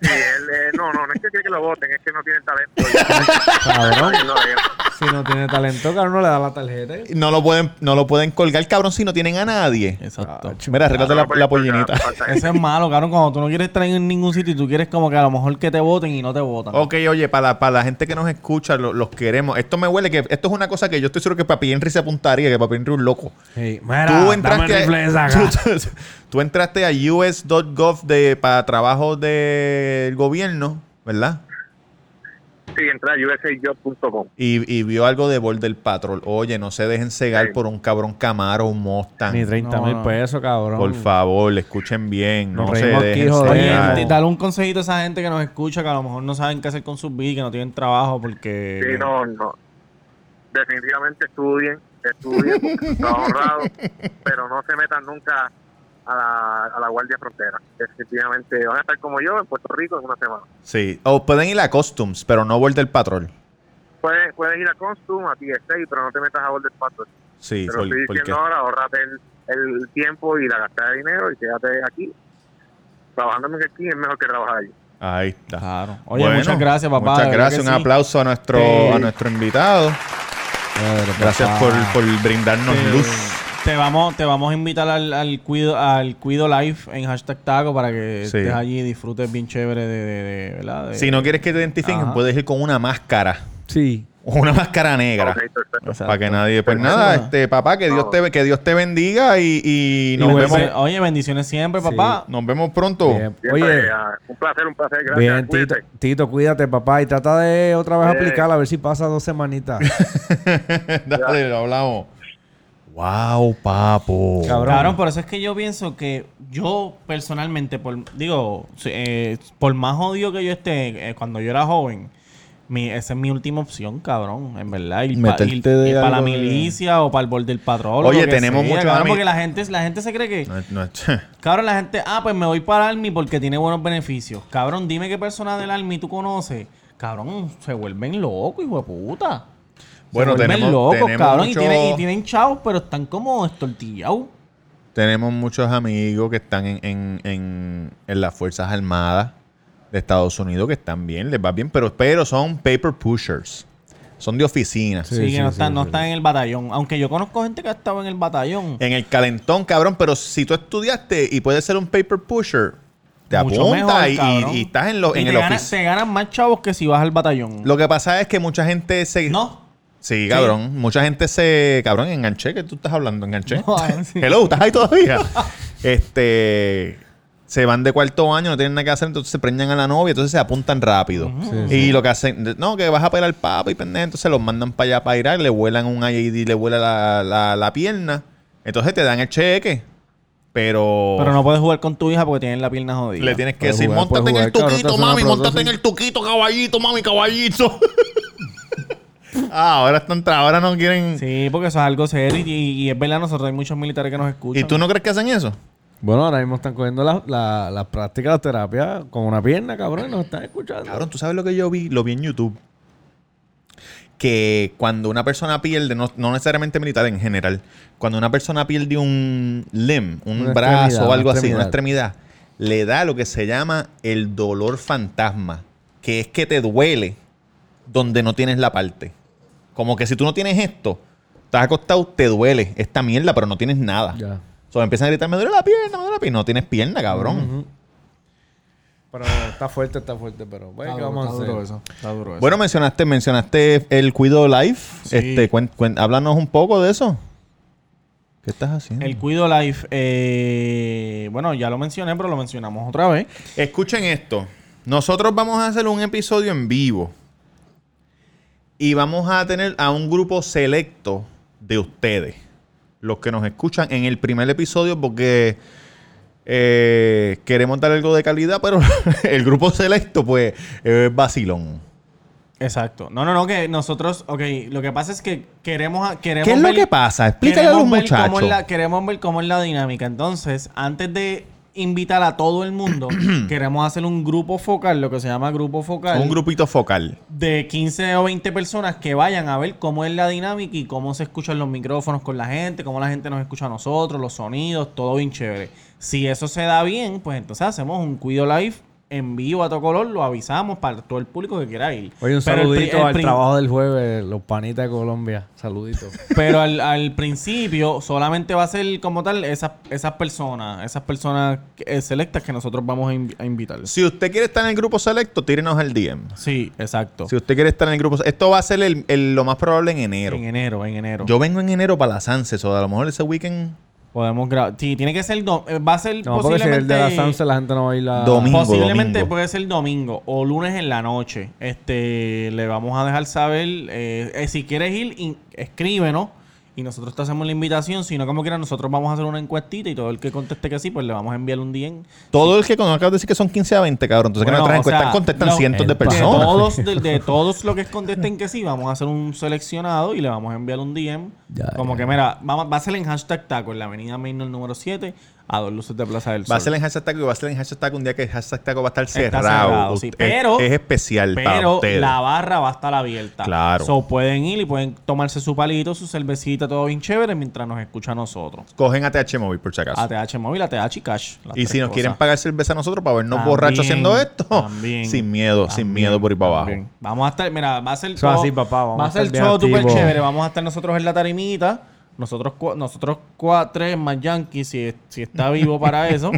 J: sí, él, eh, no, no, no es que quiere que lo voten, es que no tiene el talento.
B: Cabrón,
J: No, eh,
B: si no tiene talento, cabrón, no le da la tarjeta.
A: No lo pueden, no lo pueden colgar, cabrón, si no tienen a nadie.
C: Exacto.
A: Mira, arréglate la, la pollinita.
C: Eso es malo, cabrón. Cuando tú no quieres estar en ningún sitio y tú quieres como que a lo mejor que te voten y no te votan.
A: Ok, oye, para, para la gente que nos escucha, lo- los queremos. Esto me huele que esto es una cosa que yo estoy seguro que Papi Henry se apuntaría, que Papi Henry es un loco.
B: Sí, mira,
A: tú
B: dame el
A: entraste,
B: rifle de
A: a,
B: esa
A: tú,
B: acá.
A: tú- tú entraste a us.gov de, para trabajos del gobierno, ¿verdad?
J: Sí, entra a usajob.com.
A: Y, y vio algo de Border Patrol. Oye, no se dejen cegar
J: Sí.
A: por un cabrón Camaro o un
B: Ni
A: Mustang.
B: 30 mil
C: No, no.
B: pesos, cabrón.
A: Por favor, escuchen bien. No
B: Nos
A: se
B: reímos aquí,
A: dejen
B: joder.
C: Oye,
A: cegar.
C: d- dale un consejito a esa gente que nos escucha que a lo mejor no saben qué hacer con sus vidas, que no tienen trabajo porque...
J: Sí, no, no. Definitivamente estudien, estudien, porque está honrado, pero no se metan nunca a la, a la Guardia Frontera. Definitivamente van a estar como yo en Puerto Rico en una semana.
A: Sí. O pueden ir a Customs, pero no Border Patrol.
J: Puedes, puedes ir a Consum, a TSA, pero no te metas a Border Patrol.
A: Sí,
J: Pero
A: por-
J: estoy
A: porque...
J: diciendo ahora, ahorrate el, el tiempo y la gastada de dinero y quédate aquí. Trabajando en aquí es mejor que trabajar allí.
A: Ahí está.
C: Claro. Oye,
A: Bueno,
C: muchas gracias, papá.
A: Muchas
C: de verdad
A: gracias.
C: que
A: Un
C: sí.
A: aplauso a nuestro,
C: Sí.
A: a nuestro invitado. Gracias
C: papá.
A: por, por brindarnos
C: Te-
A: luz.
C: Te vamos, te vamos a invitar al, al Cuido, al Cuido Live en hashtag Taco para que
A: Sí.
C: estés allí y disfrutes bien chévere de, de- de- ¿verdad? De-
A: Si no quieres que te identifiquen,
C: Ajá.
A: puedes ir con una máscara.
B: Sí.
A: Una máscara negra.
J: Ok, perfecto.
A: Para que nadie. Pues
J: Exacto.
A: nada, este, papá, que Dios te, que Dios te bendiga y, y
C: Y Ah.
A: nos,
C: bendice-
A: vemos,
C: Oye, bendiciones siempre, papá.
A: nos vemos pronto.
B: Bien.
J: Siempre,
B: Oye,
J: ah, un placer, un placer. Gracias.
B: bien, Tito,
J: Cuídate.
B: Tito, cuídate, papá. Y trata de otra vez
J: Eh.
B: aplicarla, a ver si pasa dos semanitas.
A: Dale, lo hablamos. Wow, papo.
B: Cabrón.
C: Cabrón, por eso es que yo pienso que yo personalmente, por, digo, si- eh, por más odio que yo esté, eh, cuando yo era joven, mi, esa es mi última opción, cabrón, en verdad. Ir, pa-
A: Meterte
C: ir-
A: de
C: ir para la
A: algo de-
C: milicia o para el borde del patrón. o
A: Oye,
C: lo que
A: tenemos
C: sea,
A: muchos
C: cabrón,
A: ami-
C: Porque la gente, la gente se cree que,
A: No, no-
C: cabrón, la gente, ah, pues me voy para el Army porque tiene buenos beneficios. Cabrón, dime qué persona del Army tú conoces. Cabrón, se vuelven locos, hijo de puta.
A: Bueno,
C: se vuelven
A: tenemos-
C: locos,
A: tenemos
C: cabrón.
A: mucho-
C: Y, tienen, y tienen chavos, pero están como estortillados.
A: tenemos muchos amigos que están en, en, en- en las Fuerzas Armadas de Estados Unidos que están bien, les va bien, pero, pero son paper pushers. Son de oficina.
C: Sí, que no, están, no están en el batallón. Aunque yo conozco gente que ha estado en el batallón.
A: En el calentón, cabrón, pero si tú estudiaste y puedes ser un paper pusher, te
C: Mucho
A: apuntas
C: mejor,
A: y- y,
C: cabrón.
A: y estás en, lo,
C: Y
A: en
C: te
A: el
C: ganas-
A: oficio.
C: Te ganan más chavos que si vas al batallón.
A: Lo que pasa es que mucha gente se...
C: No.
A: Sí, cabrón. Mucha gente se... Cabrón, enganché. que tú estás hablando? Enganché.
C: No, ah, sí.
A: Hello, ¿estás ahí todavía? este... Se van de cuarto año, no tienen nada que hacer, entonces se preñan a la novia, entonces se apuntan rápido. y lo que hacen... No, que vas a pegar al papo y pendejo. Entonces los mandan para allá para Irak, le vuelan un IED, le vuela la, la- la pierna. Entonces te dan el cheque. Pero...
C: Pero no puedes jugar con tu hija porque tienen la pierna jodida.
A: Le tienes que
B: Puedes
A: decir,
B: jugar,
A: montate
B: puedes
A: en el
B: jugar, cabrón,
A: tuquito,
B: te hacen
A: mami,
B: una
A: montate
B: prótesis".
A: en el tuquito, caballito, mami, caballito. ah, ahora están, tra- ahora no quieren.
C: Sí, porque eso es algo serio. Y, y es verdad, nosotros hay muchos militares que nos escuchan.
A: ¿Y tú no crees que hacen eso?
B: Bueno, ahora mismo están cogiendo la, la, la práctica de la terapia con una pierna, cabrón, y nos están escuchando.
A: Cabrón, tú sabes lo que yo vi, lo vi en YouTube. Que cuando una persona pierde, no, no necesariamente militar en general, cuando una persona pierde un limb, un
B: Una
A: brazo
B: extremidad,
A: o algo
B: una
A: así, una
B: extremidad.
A: extremidad, le da lo que se llama el dolor fantasma, que es que te duele donde no tienes la parte. Como que si tú no tienes esto, estás acostado, te duele esta mierda, pero no tienes nada.
B: Ya.
A: O sea, empiezan a gritar, me duele la pierna, me duele la pierna. No tienes pierna, cabrón.
B: Pero está fuerte, está fuerte, pero bueno,
C: Está
B: ¿qué
C: duro,
B: vamos a
C: está
B: hacer?
C: duro eso. Está duro eso.
A: Bueno, mencionaste, mencionaste el Cuido Life.
C: Sí.
A: Este, cuen- cuen- háblanos un poco de eso. ¿Qué estás haciendo?
C: el Cuido Life, eh, bueno, ya lo mencioné, pero lo mencionamos otra vez.
A: Escuchen esto. Nosotros vamos a hacer un episodio en vivo Y vamos a tener a un grupo selecto de ustedes, los que nos escuchan en el primer episodio, porque eh, queremos dar algo de calidad, pero el grupo selecto, pues, es vacilón.
C: Exacto. No, no, no, que nosotros, ok, lo que pasa es que queremos... a- queremos
A: ¿Qué es lo
C: ver-
A: que pasa? Explícale a los
C: queremos ver cómo es
A: muchachos.
C: la- queremos ver cómo es la dinámica. Entonces, antes de invitar a todo el mundo, queremos hacer un grupo focal, lo que se llama grupo focal.
A: Un grupito focal.
C: de 15 o 20 personas que vayan a ver cómo es la dinámica y cómo se escuchan los micrófonos con la gente, cómo la gente nos escucha a nosotros, los sonidos, todo bien chévere. Si eso se da bien, pues entonces hacemos un Cuido Live en vivo a todo color, lo avisamos para todo el público que quiera ir.
B: Oye, un
C: Pero el pri-
B: saludito
C: el
B: al
C: prin-
B: trabajo del jueves, los panitas de Colombia. Saludito.
C: Pero al, al principio solamente va a ser como tal esas, esas personas, esas personas eh, selectas que nosotros vamos a, invi- a invitar.
A: Si usted quiere estar en el grupo selecto, tírenos al DM.
C: Sí, exacto.
A: Si usted quiere estar en el grupo... Esto va a ser el- el- lo más probable en enero.
C: En enero, en enero.
A: Yo vengo en enero para la Sanse, o a lo mejor ese weekend...
C: Podemos grabar. Sí, tiene que ser. dom- eh, Va a ser
B: No, porque si
C: posiblemente.
B: el de la Sanse la gente no va a ir a...
A: Domingo.
C: Posiblemente
A: domingo.
C: puede ser domingo o lunes en la noche. Este, le vamos a dejar saber. eh, eh, si quieres ir, in- escríbenos. Y nosotros te hacemos la invitación. Si no, como quiera, nosotros vamos a hacer una encuestita y todo el que conteste que sí, pues le vamos a enviar un DM.
A: Todo el que conozca acabas de decir que son 15 a 20, cabrón. Entonces, que
C: Bueno,
A: no traen
C: o sea,
A: encuestas, contestan
C: lo-
A: cientos de
B: el pa-
A: personas.
C: De todos, de, de todos los que contesten que sí, vamos a hacer un seleccionado y le vamos a enviar un DM.
B: Ya,
C: como
B: ya.
C: que, mira, vamos- va a ser en hashtag taco en la avenida Mainor número 7, a dos luces de Plaza del Sol.
A: Va a ser en hashtag Taco y va a ser en hashtag Taco un día que el hashtag Taco va a estar cerrado.
C: Está cerrado, sí,
A: Usted-
C: pero-
A: es, especial para
C: Pero
A: ustedes.
C: la barra va a estar abierta.
A: Claro.
C: So pueden ir y pueden tomarse su palito, su cervecita, todo bien chévere mientras nos escucha a nosotros.
A: Cogen ATH Móvil, por si acaso.
C: ATH móvil, ATH y cash. las
A: y
C: tres
A: si nos quieren
C: cosas.
A: pagar cerveza a nosotros para vernos
C: También,
A: borrachos haciendo esto,
C: también,
A: sin miedo, sin
C: también,
A: miedo por ir para abajo.
C: también. Vamos a estar, mira, va a ser
B: Eso es así, papá, vamos
C: va
B: a
C: a ser
B: estar bien
C: todo súper
B: activos.
C: chévere. Vamos a estar nosotros en la tarimita. Nosotros, cua- nosotros cuatro, tres más Yankee, si, si está vivo para eso.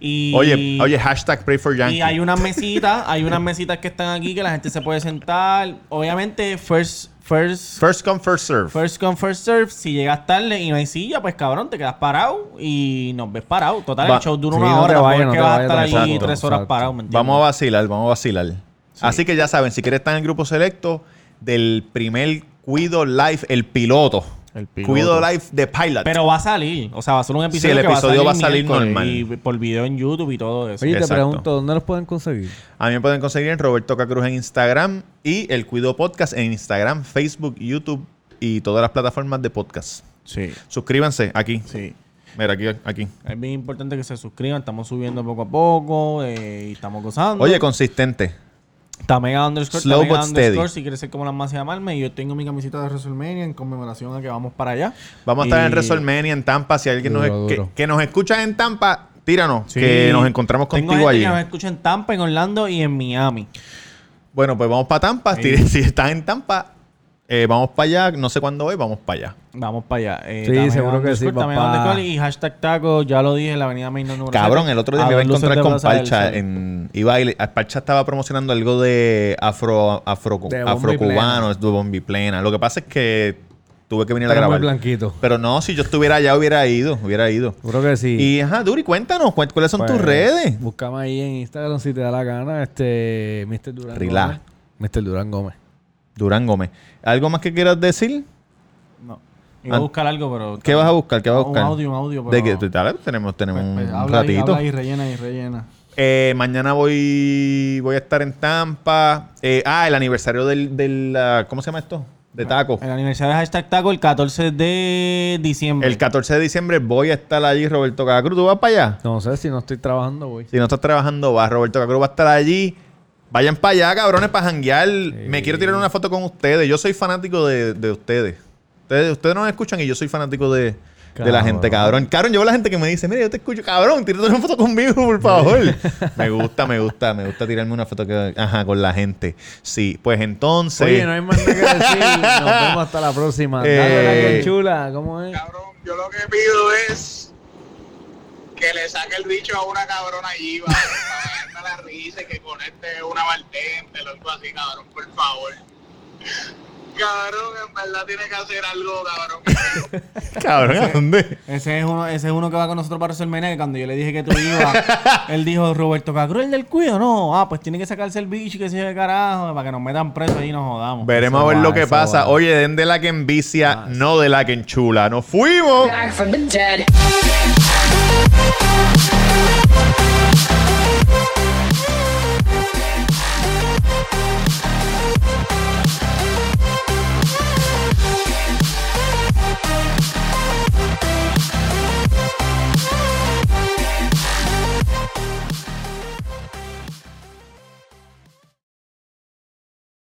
C: y,
A: Oye, oye, hashtag Pray for Yankee.
C: Y hay unas mesitas, hay unas mesitas que están aquí que la gente se puede sentar. Obviamente, first, first,
A: First come, first serve.
C: first come, first serve. Si llegas tarde y no hay silla, pues cabrón, te quedas parado y nos ves parado. Total,
A: Va-
C: el show dura
B: Sí,
C: una
B: no te
C: hora, tampoco
B: vayas,
C: es
B: no
C: que
B: te
C: vas a
B: vayas
C: estar allí
A: tampoco.
C: tres horas
B: Exacto.
C: parado, ¿me entiendes?
A: Vamos a vacilar, vamos a vacilar. Así que ya saben, si quieren estar en el grupo selecto del primer Cuido Live, el piloto.
C: El piloto.
A: Cuido Live de Pilot.
C: Pero va a salir, o sea, va a ser un episodio
A: el
C: que
A: episodio va a salir
C: miércoles
A: normal.
C: Y por video en YouTube y todo eso.
B: Oye,
A: Exacto.
B: te pregunto, ¿dónde los pueden conseguir?
A: A mí me pueden conseguir en Roberto Cacruz en Instagram y el Cuido Podcast en Instagram, Facebook, YouTube y todas las plataformas de podcast.
C: Sí,
A: Suscríbanse aquí.
C: sí.
A: Mira, aquí, aquí.
C: Es bien importante que se suscriban, estamos subiendo poco a poco eh, y estamos gozando.
A: Oye, consistente.
C: Tamega underscore,
A: Slow
C: Tamega
A: but steady.
C: underscore, si quieres ser como las más llamarme. Y yo tengo mi camiseta de WrestleMania en conmemoración a que vamos para allá.
A: Vamos a estar en
C: Y-
A: WrestleMania en Tampa. Si alguien
B: Duro,
A: nos, que,
B: duro.
A: que nos escucha en Tampa, tíranos.
C: Sí.
A: Que nos encontramos
C: Tengo
A: contigo allí.
C: gente Que nos escucha en Tampa, en Orlando y en Miami.
A: Bueno, pues vamos para Tampa.
C: Sí.
A: Tire- Si estás en Tampa, eh, vamos para allá. No sé cuándo es, vamos para allá.
C: Vamos para allá. Eh,
B: Sí,
C: Tamega
B: seguro que sí,
C: underscore, Tamega
B: papá.
C: underscore Y hashtag taco, ya lo dije, en la avenida Main número
A: Cabrón,
C: siete,
A: el otro día me
C: dos
A: iba a
C: luces
A: encontrar
C: de
A: con
C: Plaza del
A: Parcha
C: Sol.
A: en iba y le- Parcha estaba promocionando algo de afro afro
B: De bomba y
A: afrocubano, es de bombi plena. Lo que pasa es que tuve que venir a
B: Era muy
A: grabar.
B: blanquito.
A: Pero no, si yo estuviera allá hubiera ido, hubiera ido.
B: Seguro que sí.
A: Y ajá, Duri, cuéntanos, cué- ¿cuáles son
B: Pues,
A: tus redes?
B: Búscame ahí en Instagram si te da la gana, este Mr. Durán
A: Relaja.
B: Gómez. Mr. Durán Gómez.
A: Durán Gómez. ¿Algo más que quieras decir?
C: No. Iba a
A: Ah.
C: buscar algo, pero.
A: ¿Qué vas a buscar? ¿Qué vas a buscar?
C: Un audio, un audio.
A: ¿De
C: Pero...
A: qué? Dale, tenemos tenemos
C: Pues,
A: un,
C: pues,
A: un
C: habla ahí,
A: ratito.
C: habla ahí, rellena y rellena.
A: Eh, mañana voy voy a estar en Tampa. Eh, ah, el aniversario del, del ah, ¿cómo se llama esto? De taco.
C: El aniversario de hashtag taco el 14 de diciembre.
A: El 14 de diciembre voy a estar allí, Roberto Cacruz. ¿Tú vas para allá?
B: No sé si no estoy trabajando, voy.
A: Si no estás trabajando, vas. Roberto Cacruz va a estar allí. Vayan para allá, cabrones, para janguear. Me quiero tirar una foto con ustedes. Yo soy fanático de, de ustedes. ustedes. Ustedes nos escuchan y yo soy fanático de, de la
B: Cabrón.
A: gente, cabrón. Cabrón, yo veo a la gente que me dice, mira, yo te escucho, cabrón, tírate una foto conmigo, por favor. me gusta, me gusta, me gusta tirarme una foto que- ajá, con la gente. Sí, pues entonces...
B: Oye, no hay más nada que decir. Nos vemos hasta la próxima.
A: Eh,
B: Dale like en chula. ¿Cómo es?
J: Cabrón, yo lo que pido es que le saque el bicho a una cabrona allí, va, para la risa y que conecte una bartender o algo así, cabrón, por favor. cabrón, en verdad tiene que hacer algo, cabrón.
A: Cabrón, ¿a dónde?
C: Ese es uno, ese es uno que va con nosotros para WrestleMania, que cuando yo le dije que tú ibas, él dijo, Roberto Cacru, el del cuido, no, ah, pues tiene que sacarse el bicho y que se de carajo, para que nos metan presos y nos jodamos.
A: Veremos a ver
C: Eso
A: lo
C: va,
A: que
C: eso
A: pasa.
C: va.
A: Oye, den de la que envicia, no de la que enchula. ¡Nos fuimos!
I: Back from the dead.